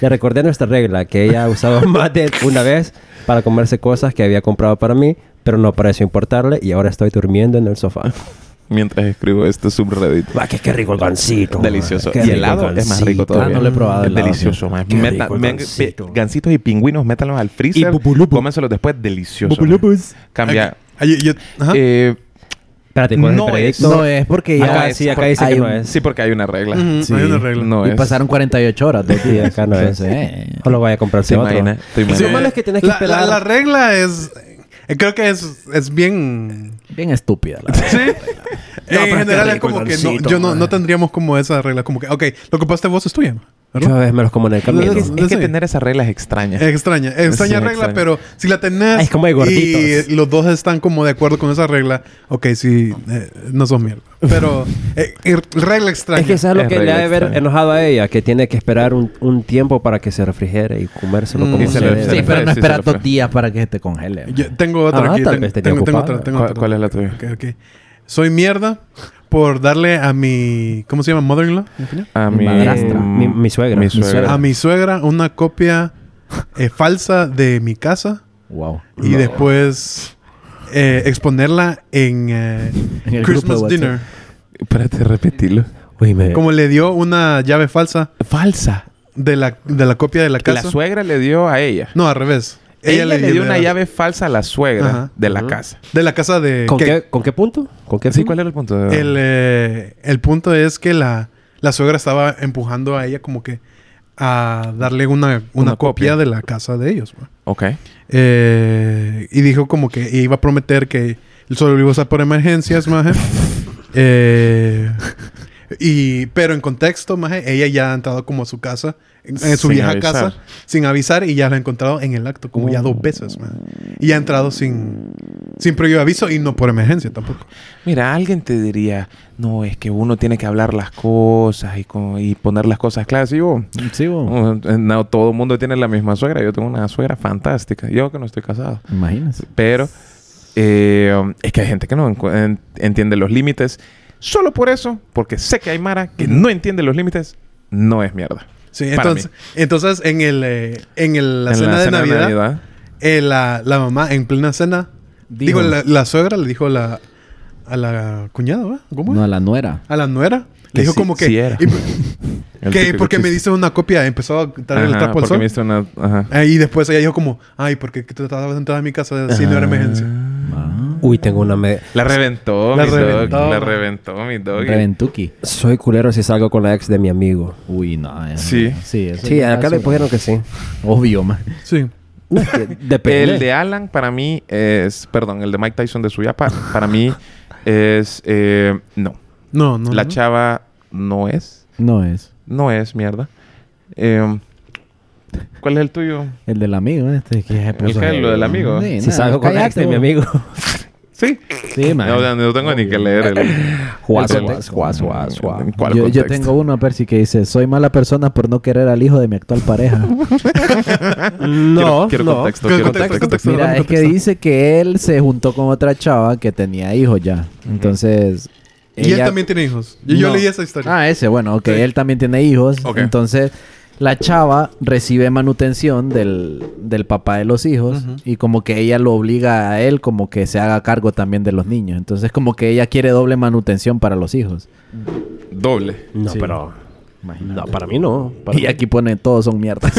Speaker 2: Le recordé nuestra regla, que ella ha usado más de una vez para comerse cosas que había comprado para mí, pero no pareció importarle y ahora estoy durmiendo en el sofá.
Speaker 1: Mientras escribo este subreddit.
Speaker 2: Va, que qué rico el gansito.
Speaker 1: Delicioso.
Speaker 2: Qué
Speaker 1: y
Speaker 2: rico
Speaker 1: helado
Speaker 2: el
Speaker 1: es más rico
Speaker 2: gansito.
Speaker 1: todavía.
Speaker 4: Ah, no lo he probado,
Speaker 1: Es
Speaker 4: helado.
Speaker 1: delicioso, man.
Speaker 2: Qué
Speaker 1: Meta-
Speaker 2: rico el
Speaker 1: men-
Speaker 2: gansito.
Speaker 1: pe- gansitos y pingüinos, métalos al freezer.
Speaker 2: Y bubulubu.
Speaker 1: Cómenselos después, delicioso. man.
Speaker 4: Bubulubus.
Speaker 1: Cambia.
Speaker 3: Ay, yo- ajá.
Speaker 1: Eh,
Speaker 2: Espérate, ¿cuál
Speaker 1: No
Speaker 2: es
Speaker 1: es.
Speaker 2: el veredicto?
Speaker 4: No es porque ya...
Speaker 2: Acá
Speaker 1: es,
Speaker 2: sí, acá
Speaker 1: porque
Speaker 2: dice que
Speaker 4: hay
Speaker 2: no
Speaker 4: un-
Speaker 2: es.
Speaker 1: sí, porque hay una regla.
Speaker 3: Ujú,
Speaker 4: sí.
Speaker 3: Hay una regla.
Speaker 1: No
Speaker 4: y
Speaker 1: es.
Speaker 4: pasaron 48 horas, dos
Speaker 2: Sí,
Speaker 4: días.
Speaker 2: acá no es.
Speaker 4: Entonces, eh,
Speaker 2: O lo vaya a comprarse
Speaker 1: ¿Te
Speaker 2: otro.
Speaker 1: imaginas? ¿Te
Speaker 3: Sí,
Speaker 1: imaginas?
Speaker 2: Lo malo es que tenés que
Speaker 3: la,
Speaker 2: esperar.
Speaker 3: La, la regla es... eh, creo que es, es bien...
Speaker 4: Bien estúpida la verdad.
Speaker 3: Sí. en
Speaker 2: pero
Speaker 3: general
Speaker 2: qué
Speaker 3: es como
Speaker 2: rico el
Speaker 3: que no,
Speaker 2: gansito,
Speaker 3: yo no,
Speaker 2: man.
Speaker 3: no tendríamos como esa regla. Como que, ok, lo que pasaste vos es tuya.
Speaker 2: Yo
Speaker 3: ¿verdad?
Speaker 2: a veces me los como en el camino.
Speaker 1: Es que, es que tener esas reglas es extraña.
Speaker 3: Extraña, extraña
Speaker 1: Sí,
Speaker 3: regla,
Speaker 1: extraña.
Speaker 3: pero si la tenés
Speaker 2: Ay, es como de gorditos.
Speaker 3: y los dos están como de acuerdo con esa regla, ok, sí, eh, no sos mierda. Pero eh, eh, regla extraña.
Speaker 2: Es que eso es lo
Speaker 1: Es
Speaker 2: que le ha de
Speaker 1: regla
Speaker 2: haber
Speaker 1: extraña.
Speaker 2: enojado a ella, que tiene que esperar un, un tiempo para que se refrigere y comérselo
Speaker 3: Mm,
Speaker 2: como
Speaker 3: y
Speaker 2: se
Speaker 3: se lo-
Speaker 2: debe.
Speaker 1: se
Speaker 4: Sí,
Speaker 1: lo-
Speaker 4: pero
Speaker 1: fue,
Speaker 4: no
Speaker 1: sí,
Speaker 4: espera
Speaker 1: se lo fue.
Speaker 4: dos días para que se te congele.
Speaker 3: Yo tengo otra
Speaker 2: Ah,
Speaker 3: aquí.
Speaker 2: tal
Speaker 3: ten-
Speaker 2: vez tenía
Speaker 3: tengo, tengo
Speaker 2: ocupada.
Speaker 3: otra, tengo
Speaker 1: ¿Cuál,
Speaker 3: otra.
Speaker 1: cuál es la tuya?
Speaker 3: Ok, ok. Soy mierda por darle a mi. ¿Cómo se llama? ¿Mother-in-law? ¿Al final?
Speaker 1: A
Speaker 4: Mi
Speaker 1: mi,
Speaker 4: madrastra.
Speaker 2: Mi- mi suegra.
Speaker 1: Ah, Mi
Speaker 2: Mi
Speaker 1: suegra.
Speaker 2: suegra.
Speaker 3: A mi suegra una copia eh, falsa de mi casa
Speaker 4: Wow.
Speaker 3: y después eh, exponerla en, eh,
Speaker 4: En el
Speaker 3: Christmas
Speaker 4: grupo de
Speaker 3: Dinner.
Speaker 1: Espérate, repetilo.
Speaker 2: Uy, me...
Speaker 3: Como le dio una llave falsa
Speaker 1: Falsa.
Speaker 3: de la, de la copia de la
Speaker 1: La
Speaker 3: casa.
Speaker 1: suegra le dio a ella.
Speaker 3: no, al revés.
Speaker 1: Ella, le, dio una
Speaker 3: la-
Speaker 1: llave falsa a la suegra
Speaker 3: Ajá.
Speaker 1: de la casa.
Speaker 3: De la casa de.
Speaker 2: ¿Con,
Speaker 3: que-
Speaker 2: qué, ¿Con qué punto? ¿Con qué
Speaker 1: Sí,
Speaker 2: punto?
Speaker 1: ¿cuál era el punto?
Speaker 3: El, eh, el punto es que la, la suegra estaba empujando a ella como que a darle una, una,
Speaker 1: Una
Speaker 3: copia.
Speaker 1: copia.
Speaker 3: de la casa de ellos. ¿va?
Speaker 1: Ok.
Speaker 3: Eh, y dijo como que iba a prometer que solo iba a usar por emergencias, maje. Eh, y, pero en contexto, maje, ella ya ha entrado como a su casa, en, en su
Speaker 1: Sin
Speaker 3: vieja
Speaker 1: avisar.
Speaker 3: casa, sin avisar y ya la ha encontrado en el acto como ya dos veces, maje. Y ha entrado sin, sin previo aviso y no por emergencia tampoco.
Speaker 1: Mira, alguien te diría, no, es que uno tiene que hablar las cosas y, con- y poner las cosas claras. Y yo,
Speaker 4: Sí, bo.
Speaker 1: oh, no, todo el mundo tiene la misma suegra. Yo tengo una suegra fantástica. Yo que no estoy casado.
Speaker 4: Imagínate.
Speaker 1: Pero eh, es que hay gente que no encu- en- entiende los límites. Solo por eso, porque sé que hay Mara que no entiende los límites, no es mierda.
Speaker 3: Sí,
Speaker 1: Para
Speaker 3: entonces, entonces en el eh, en el- la
Speaker 1: En
Speaker 3: cena de Navidad,
Speaker 1: Navidad,
Speaker 3: eh, la, la mamá en plena cena, digo,
Speaker 4: Dijo.
Speaker 3: la, la suegra le dijo a la, a la cuñada, ¿va? ¿Cómo?
Speaker 4: No, a
Speaker 3: es?
Speaker 4: la nuera.
Speaker 3: a la nuera.
Speaker 1: Que
Speaker 3: Le dijo
Speaker 1: sí-
Speaker 3: como que
Speaker 1: sí era.
Speaker 3: y-
Speaker 1: el
Speaker 3: que
Speaker 1: típico
Speaker 3: porque me
Speaker 1: chiste.
Speaker 3: diste una copia, empezó a traer el
Speaker 1: Ajá,
Speaker 3: trapo
Speaker 1: porque
Speaker 3: al sol.
Speaker 1: me diste una- ajá.
Speaker 3: Eh, y después ella dijo como, "Ay, porque tratabas de entrar a mi casa si no era emergencia."
Speaker 4: Ah.
Speaker 2: Uy, tengo una... me-
Speaker 1: La reventó,
Speaker 3: La
Speaker 1: mi
Speaker 3: reventó.
Speaker 1: dog. La reventó, mi dog.
Speaker 4: Reventuki.
Speaker 2: Soy culero si salgo con la ex de mi amigo.
Speaker 4: Uy, no. eso
Speaker 1: Sí.
Speaker 4: ya- Sí, eso
Speaker 2: Sí,
Speaker 4: ya
Speaker 2: acá
Speaker 4: es
Speaker 2: le
Speaker 4: un-
Speaker 2: pusieron que sí.
Speaker 4: Obvio, man.
Speaker 3: Sí.
Speaker 2: No, es que depende.
Speaker 1: El de Alan para mí es, perdón, el de Mike Tyson de Suyapa, para mí es, eh, no.
Speaker 3: No, no.
Speaker 1: La
Speaker 3: no.
Speaker 1: chava no es,
Speaker 4: No es.
Speaker 1: no es mierda. Eh, ¿Cuál es el tuyo?
Speaker 4: El del amigo, este. Que se puso-
Speaker 1: que- lo del amigo.
Speaker 4: Sí,
Speaker 2: Si
Speaker 4: nada,
Speaker 2: salgo con la ex
Speaker 4: cállate,
Speaker 2: de mi
Speaker 4: bo.
Speaker 2: amigo.
Speaker 1: Sí.
Speaker 4: Sí, man.
Speaker 1: No, no tengo ni que leer el...
Speaker 2: Juaz,
Speaker 1: el-
Speaker 2: juaz, juaz, juaz, juaz.
Speaker 1: ¿En cuál
Speaker 4: yo, yo
Speaker 1: contexto?
Speaker 4: tengo uno, Percy, que dice: Soy mala persona por no querer al hijo de mi actual pareja.
Speaker 2: No,
Speaker 1: Quiero- quiero
Speaker 2: no.
Speaker 1: contexto,
Speaker 3: Quiero
Speaker 1: quiero contexto.
Speaker 3: contexto, contexto.
Speaker 4: Mira, eh. es que
Speaker 3: contexto.
Speaker 4: dice que él se juntó con otra chava que tenía hijos ya. Entonces.
Speaker 3: Y él
Speaker 4: ella-
Speaker 3: también tiene hijos. Y yo
Speaker 4: No.
Speaker 3: leí esa historia.
Speaker 4: Ah, ese, bueno, ok.
Speaker 3: Sí.
Speaker 4: Él también tiene hijos.
Speaker 1: Ok.
Speaker 4: Entonces, La chava recibe manutención del, del papá de los hijos
Speaker 3: Ujú.
Speaker 4: y como que ella lo obliga a él como que se haga cargo también de los niños. Entonces como que ella quiere doble manutención para los hijos.
Speaker 1: Doble.
Speaker 2: No,
Speaker 4: Sí.
Speaker 2: pero. No, para mí no. Para
Speaker 4: Y aquí pone todos son mierdas.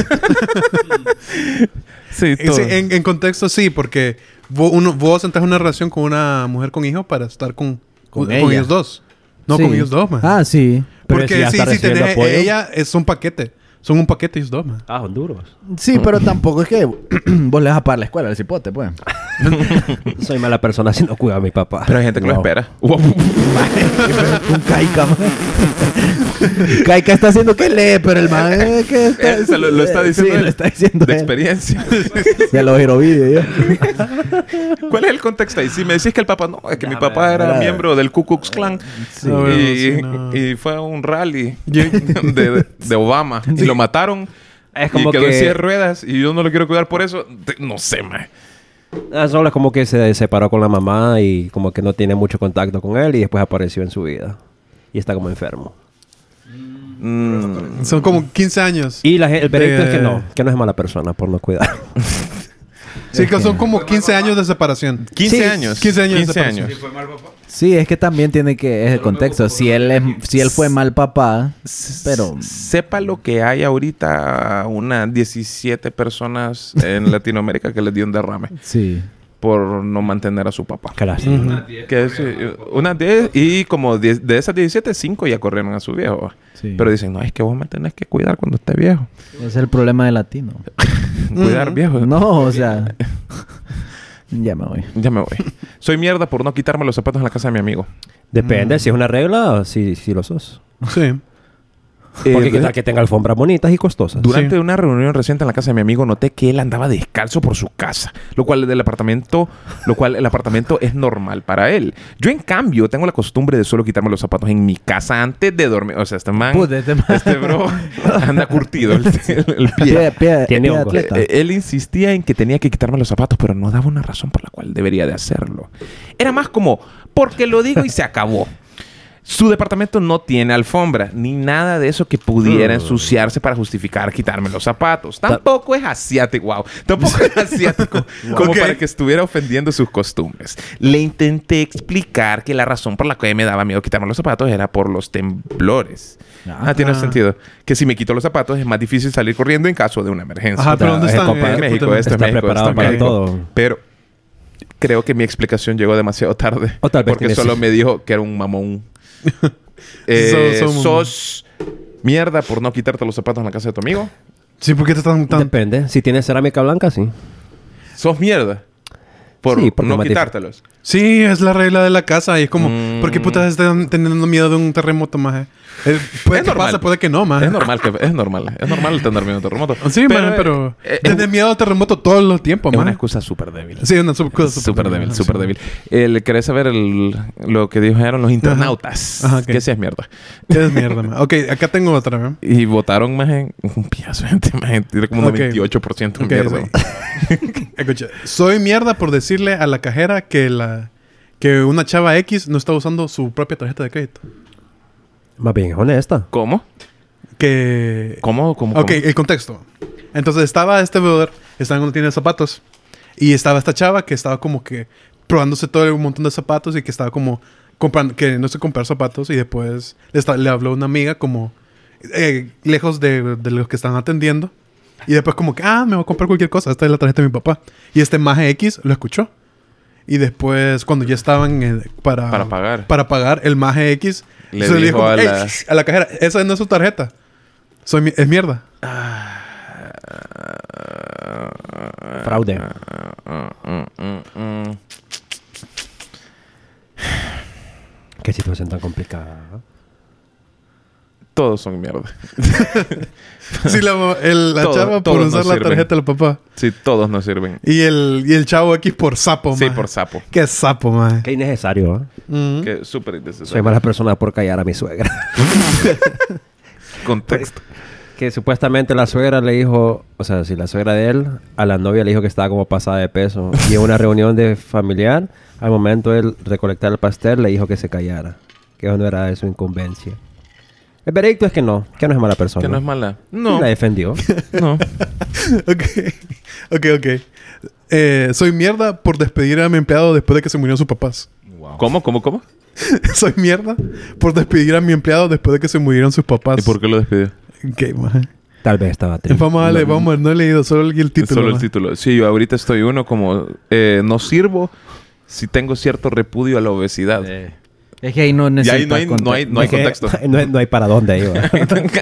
Speaker 1: Sí, todo.
Speaker 3: Sí, en, en contexto sí, porque vos, uno, vos entras en una relación con una mujer con hijos para estar con,
Speaker 4: Con
Speaker 3: con,
Speaker 4: ella.
Speaker 3: ellos dos. No con
Speaker 4: Sí.
Speaker 3: ellos dos, man.
Speaker 4: Ah, sí.
Speaker 2: pero si
Speaker 3: porque
Speaker 2: ya
Speaker 3: sí,
Speaker 2: está
Speaker 3: si
Speaker 2: recibiendo
Speaker 3: tenés a
Speaker 2: apoyo.
Speaker 3: ella, es un paquete. Son un paquete ellos dos, man.
Speaker 2: Ah, Honduras.
Speaker 4: Sí, pero tampoco es que vos le vas a pagar la escuela al cipote, pues.
Speaker 2: Soy mala persona si no cuido a mi papá.
Speaker 1: Pero hay gente que lo
Speaker 4: Wow.
Speaker 1: espera.
Speaker 4: Un caica, man. Caica está haciendo que lee, pero el man eh, que está,
Speaker 1: Él se lo, lo está diciendo.
Speaker 4: Sí,
Speaker 1: él.
Speaker 4: lo está diciendo
Speaker 1: De
Speaker 4: él.
Speaker 1: experiencia.
Speaker 4: Ya lo oído vídeo yo.
Speaker 1: ¿Cuál es el contexto ahí? Si me decís que el papá no, es que mi
Speaker 2: Ya,
Speaker 1: papá era
Speaker 4: verdad.
Speaker 1: miembro del Ku Klux Klan y,
Speaker 3: Sí. No, bueno, sí, no.
Speaker 1: y fue a un rally de, de Obama y lo mataron.
Speaker 2: Es como
Speaker 1: y quedó
Speaker 2: que-
Speaker 1: en silla de ruedas y yo no lo quiero cuidar por eso. Te- No sé, man.
Speaker 2: Ah, Solo es como que se separó con la mamá y como que no tiene mucho contacto con él y después apareció en su vida. Y está como enfermo.
Speaker 1: Mm,
Speaker 3: Son como 15 años.
Speaker 2: Y la, ge- el veredicto
Speaker 3: De-
Speaker 2: es que no, que no es mala persona por no cuidar.
Speaker 3: sí, que son como 15 años de separación.
Speaker 1: 15
Speaker 4: Sí,
Speaker 1: años.
Speaker 3: 15 años de separación.
Speaker 1: años.
Speaker 4: Sí, es que también tiene que es el contexto. Si él es, si él fue mal papá, pero
Speaker 1: Sepa lo que hay ahorita unas 17 personas en Latinoamérica que les dio un derrame
Speaker 4: sí.
Speaker 1: por no mantener a su papá.
Speaker 2: Qué lástima.
Speaker 3: Ujú.
Speaker 1: Que es, eh, unas 10 y como 10 de esas 17, 5 ya corrieron a su viejo.
Speaker 4: Sí.
Speaker 1: Pero dicen, no, es que vos me tenés que cuidar cuando esté viejo.
Speaker 4: Es el problema de latino.
Speaker 1: Cuidar
Speaker 3: Mm.
Speaker 1: viejo.
Speaker 4: No, o sea. ya me voy.
Speaker 1: Ya me voy. Soy mierda por no quitarme los zapatos en la casa de mi amigo.
Speaker 4: Ah,
Speaker 2: Depende si es una regla o si, si lo sos.
Speaker 3: Sí.
Speaker 2: Porque
Speaker 1: Eh,
Speaker 2: quizás que tenga alfombras bonitas y costosas.
Speaker 1: Durante
Speaker 3: Sí.
Speaker 1: una reunión reciente en la casa de mi amigo noté que él andaba descalzo por su casa, lo cual del apartamento, lo cual el apartamento es normal para él. Yo en cambio tengo la costumbre de solo quitarme los zapatos en mi casa antes de dormir. O sea, este man,
Speaker 4: Puta, este man.
Speaker 1: este bro anda curtido el, el- el
Speaker 4: Pie-
Speaker 1: pie.
Speaker 4: pie-
Speaker 2: Tiene
Speaker 4: pie
Speaker 2: hongo.
Speaker 4: atleta.
Speaker 1: Eh, Él insistía en que tenía que quitarme los zapatos, pero no daba una razón por la cual debería de hacerlo. Era más como, porque lo digo y se acabó. Su departamento no tiene alfombra, ni nada de eso que pudiera ensuciarse para justificar quitarme los zapatos. Tampoco es asiático, wow. Tampoco es asiático, como
Speaker 3: Ok.
Speaker 1: para que estuviera ofendiendo sus costumbres. Le intenté explicar que la razón por la que me daba miedo quitarme los zapatos era por los temblores. Ah, tiene
Speaker 3: Ah.
Speaker 1: sentido. Que si me quito los zapatos es más difícil salir corriendo en caso de una emergencia.
Speaker 3: Ajá, pero
Speaker 2: Puta,
Speaker 3: ¿dónde
Speaker 2: es
Speaker 3: están?
Speaker 2: copa
Speaker 3: Eh,
Speaker 2: de
Speaker 3: qué
Speaker 1: México,
Speaker 3: puta-
Speaker 1: esto
Speaker 2: Está
Speaker 1: México,
Speaker 2: preparado
Speaker 1: está
Speaker 2: para
Speaker 1: México.
Speaker 2: todo.
Speaker 1: Pero creo que mi explicación llegó demasiado tarde.
Speaker 2: O tal vez
Speaker 1: porque
Speaker 2: tienes-
Speaker 1: solo me dijo que era un mamón. Eh,
Speaker 3: So- so-
Speaker 1: sos mierda por no quitarte los zapatos en la casa de tu amigo.
Speaker 3: Sí, porque te están tan...
Speaker 2: Depende. Si tiene cerámica blanca, sí.
Speaker 1: Sos mierda por
Speaker 2: Sí, porque
Speaker 1: no
Speaker 2: más dif-
Speaker 1: quitártelos.
Speaker 3: Sí, es la regla de la casa. Y es como,
Speaker 1: Mm.
Speaker 3: ¿por qué putas están teniendo miedo de un terremoto, maje? Eh, puede
Speaker 1: Es
Speaker 3: que
Speaker 1: normal.
Speaker 3: pase, puede que no, maje.
Speaker 1: Es normal, que, es normal. Es normal tener miedo a un terremoto.
Speaker 3: Sí, pero, maje, pero...
Speaker 1: eh, es,
Speaker 3: tenés miedo al terremoto todo el tiempo,
Speaker 1: es una
Speaker 3: maje.
Speaker 1: excusa súper débil.
Speaker 3: Sí, una sub- cosa
Speaker 1: Súper débil, súper
Speaker 3: sí.
Speaker 1: débil. El, ¿Querés saber el- lo que dijeron los internautas?
Speaker 3: Ajá, ok.
Speaker 1: Que sí es mierda.
Speaker 3: Es mierda, maje. Ok, acá tengo otra, ¿eh?
Speaker 1: Y votaron más en un piazo, gente, más en- tiene como un
Speaker 3: Ok.
Speaker 1: 98% de
Speaker 3: Ok,
Speaker 1: mierda.
Speaker 3: sí. Escucha, soy mierda por decirle a la cajera que la... Que una chava X no está usando su propia tarjeta de crédito.
Speaker 2: Más bien, es honesta.
Speaker 1: ¿Cómo?
Speaker 3: Que...
Speaker 1: ¿Cómo? ¿Cómo?
Speaker 3: Ok,
Speaker 1: cómo?
Speaker 3: el contexto. Entonces estaba este brother, estaba en una tienda de zapatos. Y estaba esta chava que estaba como que probándose todo un montón de zapatos y que estaba como comprando, que no sé comprar zapatos. Y después le, esta- le habló una amiga como eh, lejos de, de los que están atendiendo. Y después como que, ah, me voy a comprar cualquier cosa. Esta es la tarjeta de mi papá. Y este maje X lo escuchó. Y después, cuando ya estaban eh, para,
Speaker 1: Para pagar.
Speaker 3: para pagar, el maje X
Speaker 1: Le
Speaker 3: se
Speaker 1: dijo a
Speaker 3: "Ey,
Speaker 1: la-
Speaker 3: a la cajera, esa no es su tarjeta. Soy mi- es mierda.
Speaker 2: Fraude.
Speaker 1: Ah, mm, mm, mm.
Speaker 2: Qué situación tan complicada.
Speaker 1: Todos son mierda.
Speaker 3: Sí, la, el- la
Speaker 1: Todo-
Speaker 3: chava por
Speaker 1: todos nos
Speaker 3: usar la
Speaker 1: sirven.
Speaker 3: tarjeta del papá.
Speaker 1: Sí, todos nos sirven.
Speaker 3: Y el, y el chavo X por sapo,
Speaker 1: sí,
Speaker 3: maje.
Speaker 1: por sapo.
Speaker 3: Qué sapo, maje.
Speaker 2: Qué innecesario, ¿eh?
Speaker 3: Mm.
Speaker 1: Que es súper innecesario.
Speaker 2: Soy mala persona por callar a mi suegra.
Speaker 1: Contexto.
Speaker 2: que supuestamente la suegra le dijo, o sea, si la suegra de él, a la novia le dijo que estaba como pasada de peso. Y en una reunión de familiar, al momento de él recolectar el pastel, le dijo que se callara. Que eso no era de su incumbencia. El veredicto es que no, que no es mala persona.
Speaker 1: Que no es mala.
Speaker 2: Y
Speaker 1: No,
Speaker 2: La defendió.
Speaker 1: no.
Speaker 3: Ok, ok, ok. Eh, soy mierda por despedir a mi empleado después de que se murieron sus papás.
Speaker 1: ¿Cómo, cómo, cómo?
Speaker 3: soy mierda por despedir a mi empleado después de que se murieron sus papás.
Speaker 1: ¿Y por qué lo despidió?
Speaker 3: Ok, maje.
Speaker 2: Tal vez estaba triste.
Speaker 3: Vamos a darle, vamos, a ver, no he leído solo el título.
Speaker 1: Solo el
Speaker 3: maje.
Speaker 1: título. Sí, yo ahorita estoy uno como eh, no sirvo si tengo cierto repudio a la obesidad.
Speaker 4: Eh, es que ahí no
Speaker 1: y ahí
Speaker 4: necesitas
Speaker 1: no hay, no hay, no hay
Speaker 2: Es que
Speaker 1: contexto.
Speaker 2: No, hay- no hay para dónde iba.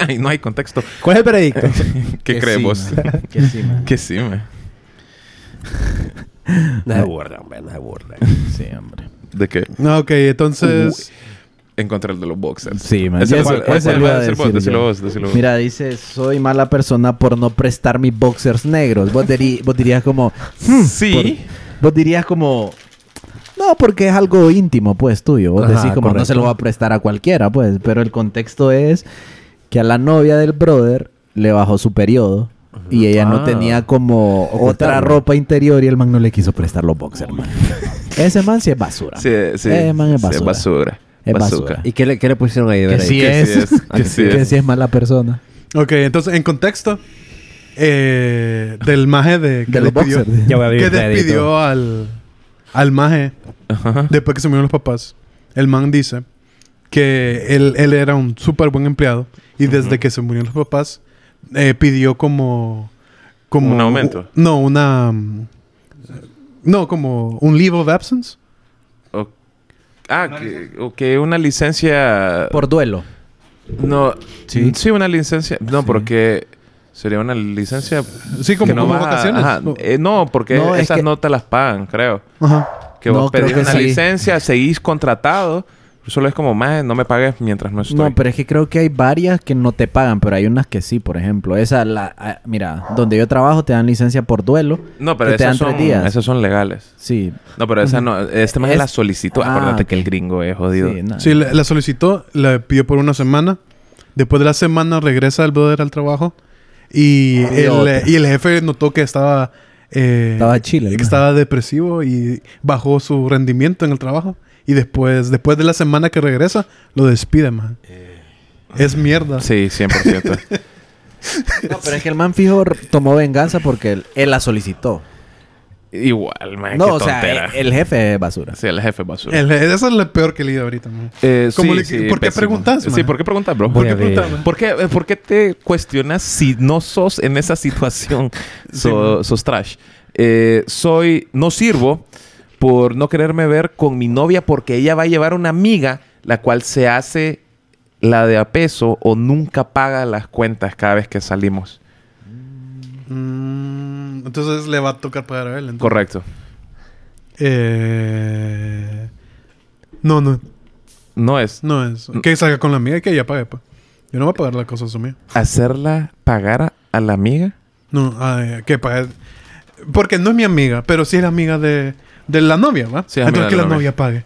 Speaker 1: Ahí no hay contexto.
Speaker 2: ¿Cuál es el veredicto?
Speaker 1: ¿Qué
Speaker 4: Que
Speaker 1: creemos?
Speaker 4: sí, man. que sí, man.
Speaker 1: que sí, man.
Speaker 2: no se burla, hombre, no se burla.
Speaker 4: Sí, hombre.
Speaker 1: ¿De qué?
Speaker 3: No, Ah, ok,
Speaker 1: Uh,
Speaker 3: entonces.
Speaker 1: Encontré el de los boxers.
Speaker 4: Sí, man.
Speaker 1: Ese
Speaker 4: Ya
Speaker 1: lo-
Speaker 4: sé-
Speaker 1: ese
Speaker 4: ese
Speaker 1: lo
Speaker 4: lo
Speaker 1: iba a
Speaker 4: iba a
Speaker 1: decir vos,
Speaker 4: decir
Speaker 1: decilo
Speaker 4: yo.
Speaker 1: vos, decilo vos.
Speaker 4: Mira, dice, soy mala persona por no prestar mis boxers negros. Vos, diri- vos dirías como... "Hmm",
Speaker 1: Sí.
Speaker 4: por- vos dirías como... No, porque es algo íntimo, pues, tuyo. Vos
Speaker 2: Ajá,
Speaker 4: decís como, no
Speaker 2: correcto.
Speaker 4: se lo va a prestar a cualquiera, pues. Pero el contexto es que a la novia del brother le bajó su periodo. Y ella no
Speaker 2: Ah.
Speaker 4: tenía como otra
Speaker 2: Ocultarlo.
Speaker 4: ropa interior y el man no le quiso prestar los boxers, man. Ese man sí es basura.
Speaker 1: Sí, sí.
Speaker 4: Eh, man, es
Speaker 1: Sí,
Speaker 4: basura.
Speaker 1: basura.
Speaker 4: Es
Speaker 1: Bazooka.
Speaker 4: basura.
Speaker 2: ¿Y qué le, qué le pusieron ahí de
Speaker 4: Que
Speaker 2: veredicto?
Speaker 4: sí
Speaker 1: Que
Speaker 4: es.
Speaker 1: sí es, que sí
Speaker 4: Que
Speaker 1: es.
Speaker 4: sí es mala persona.
Speaker 3: Ok, entonces en contexto. eh, del maje de. Que
Speaker 4: De los
Speaker 3: despidió,
Speaker 4: boxers.
Speaker 2: Ya voy a abrir
Speaker 3: que
Speaker 2: el veredicto.
Speaker 3: despidió al. Al maje
Speaker 1: Ajá.
Speaker 3: después que se murieron los papás. El man dice que él, él era un súper buen empleado. Y desde que se murieron los papás, eh, pidió como. como
Speaker 1: Un aumento.
Speaker 3: u- no, una. mm, No, como un leave of absence.
Speaker 1: O- ah, que ok, una licencia...
Speaker 4: Por duelo.
Speaker 1: No, sí.
Speaker 4: Sí.
Speaker 1: una licencia. No, porque sería una licencia
Speaker 3: Sí, como,
Speaker 1: que no
Speaker 3: como
Speaker 1: vas a-
Speaker 3: vacaciones.
Speaker 1: ajá,
Speaker 3: No.
Speaker 1: eh, no, porque
Speaker 4: No, es
Speaker 1: esas
Speaker 4: que-
Speaker 1: no te las pagan, creo.
Speaker 3: Ajá.
Speaker 1: Que vos
Speaker 4: No, creo
Speaker 1: pedís
Speaker 4: que
Speaker 1: una
Speaker 4: sí.
Speaker 1: licencia, seguís contratado. Solo es como, más no me pagues mientras no estoy.
Speaker 4: No, pero es que creo que hay varias que no te pagan, pero hay unas que sí, por ejemplo. Esa, la, ah, mira, donde yo trabajo te dan licencia por duelo.
Speaker 1: No, pero
Speaker 4: que te
Speaker 1: esas
Speaker 4: dan tres
Speaker 1: son,
Speaker 4: días.
Speaker 1: esas son legales.
Speaker 4: Sí.
Speaker 1: No, pero esa no. Este más
Speaker 4: Es-
Speaker 1: la solicitó.
Speaker 4: Ah,
Speaker 1: Acuérdate que el
Speaker 4: ok.
Speaker 1: gringo es jodido.
Speaker 4: Sí, no.
Speaker 3: Sí, la, la solicitó, la pidió por una semana. Después de la semana regresa el brother al trabajo y,
Speaker 4: Y
Speaker 3: el, eh,
Speaker 4: otra.
Speaker 3: y el jefe notó que estaba... eh,
Speaker 4: Estaba chile,
Speaker 3: Que
Speaker 4: ¿no?
Speaker 3: estaba depresivo y bajó su rendimiento en el trabajo. Y después, después de la semana que regresa, lo despide, man. Es mierda.
Speaker 1: Eh. Sí, 100%.
Speaker 4: No, pero es que el man fijo r- tomó venganza porque él, él la solicitó.
Speaker 1: Igual, man.
Speaker 4: no,
Speaker 1: qué
Speaker 4: o sea,
Speaker 1: tontera.
Speaker 4: el, el jefe es basura.
Speaker 1: Sí, el jefe es basura.
Speaker 3: El- esa es la peor que he leído ahorita, man.
Speaker 1: Eh,
Speaker 3: Como
Speaker 1: sí,
Speaker 3: le-
Speaker 1: sí,
Speaker 3: ¿Por qué
Speaker 1: pésimo.
Speaker 3: preguntas, man?
Speaker 1: Sí, ¿por qué preguntas, bro? ¿Por
Speaker 2: Voy a
Speaker 1: qué,
Speaker 2: ver.
Speaker 3: preguntas, man?
Speaker 1: por qué- eh, por qué te cuestionas si no sos en esa situación? So- sos trash. Eh, soy... No sirvo por no quererme ver con mi novia porque ella va a llevar una amiga la cual se hace la de a peso o nunca paga las cuentas cada vez que salimos.
Speaker 3: Mm, entonces le va a tocar pagar a él. entonces.
Speaker 1: Correcto.
Speaker 3: Eh, no, no.
Speaker 1: No es
Speaker 3: No es.
Speaker 1: Mm.
Speaker 3: Que salga con la amiga y que ella pague, pa. Yo no voy a pagar la cosa a su amiga.
Speaker 1: hacerla pagar a- a la amiga.
Speaker 3: No, ay, que pague. Porque no es mi amiga, pero sí es la amiga de, de la novia, ¿va?
Speaker 1: Sí, es amiga de
Speaker 3: Entonces que
Speaker 1: la
Speaker 3: la
Speaker 1: novia.
Speaker 3: novia pague.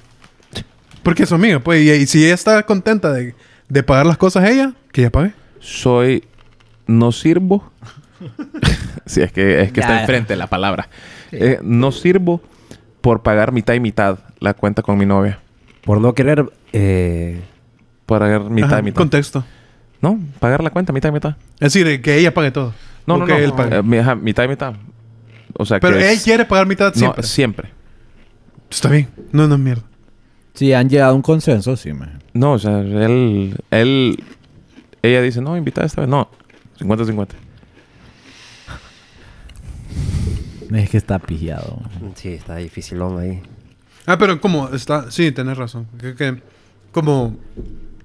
Speaker 3: Porque es su amiga, pues. Y, y si ella está contenta de, de pagar las cosas a ella, que ella pague.
Speaker 1: soy no sirvo. sí, es que, es que está
Speaker 4: Ya.
Speaker 1: enfrente la palabra. Eh, no sirvo por pagar mitad y mitad la cuenta con mi novia.
Speaker 2: Por no querer... eh,
Speaker 1: Por pagar mitad
Speaker 3: Ajá,
Speaker 1: y mitad.
Speaker 3: Contexto.
Speaker 1: No, pagar la cuenta mitad y mitad.
Speaker 3: Es decir, que ella pague todo.
Speaker 1: No,
Speaker 3: O
Speaker 1: no,
Speaker 3: que
Speaker 1: no.
Speaker 3: él pague.
Speaker 1: Eh, mi- ajá, mitad y mitad. O sea,
Speaker 3: pero
Speaker 1: que
Speaker 3: él
Speaker 1: es-
Speaker 3: quiere pagar mitad
Speaker 1: no,
Speaker 3: siempre.
Speaker 1: siempre.
Speaker 3: Está bien. No, no es mierda.
Speaker 4: Sí, han llegado a un consenso, sí, man.
Speaker 1: No, o sea, él... él ella dice, no, invitada esta vez. No, 50-50.
Speaker 4: Es que está pillado.
Speaker 2: sí, está dificilón ahí.
Speaker 3: Ah, pero como está... Sí, tenés razón. Creo que como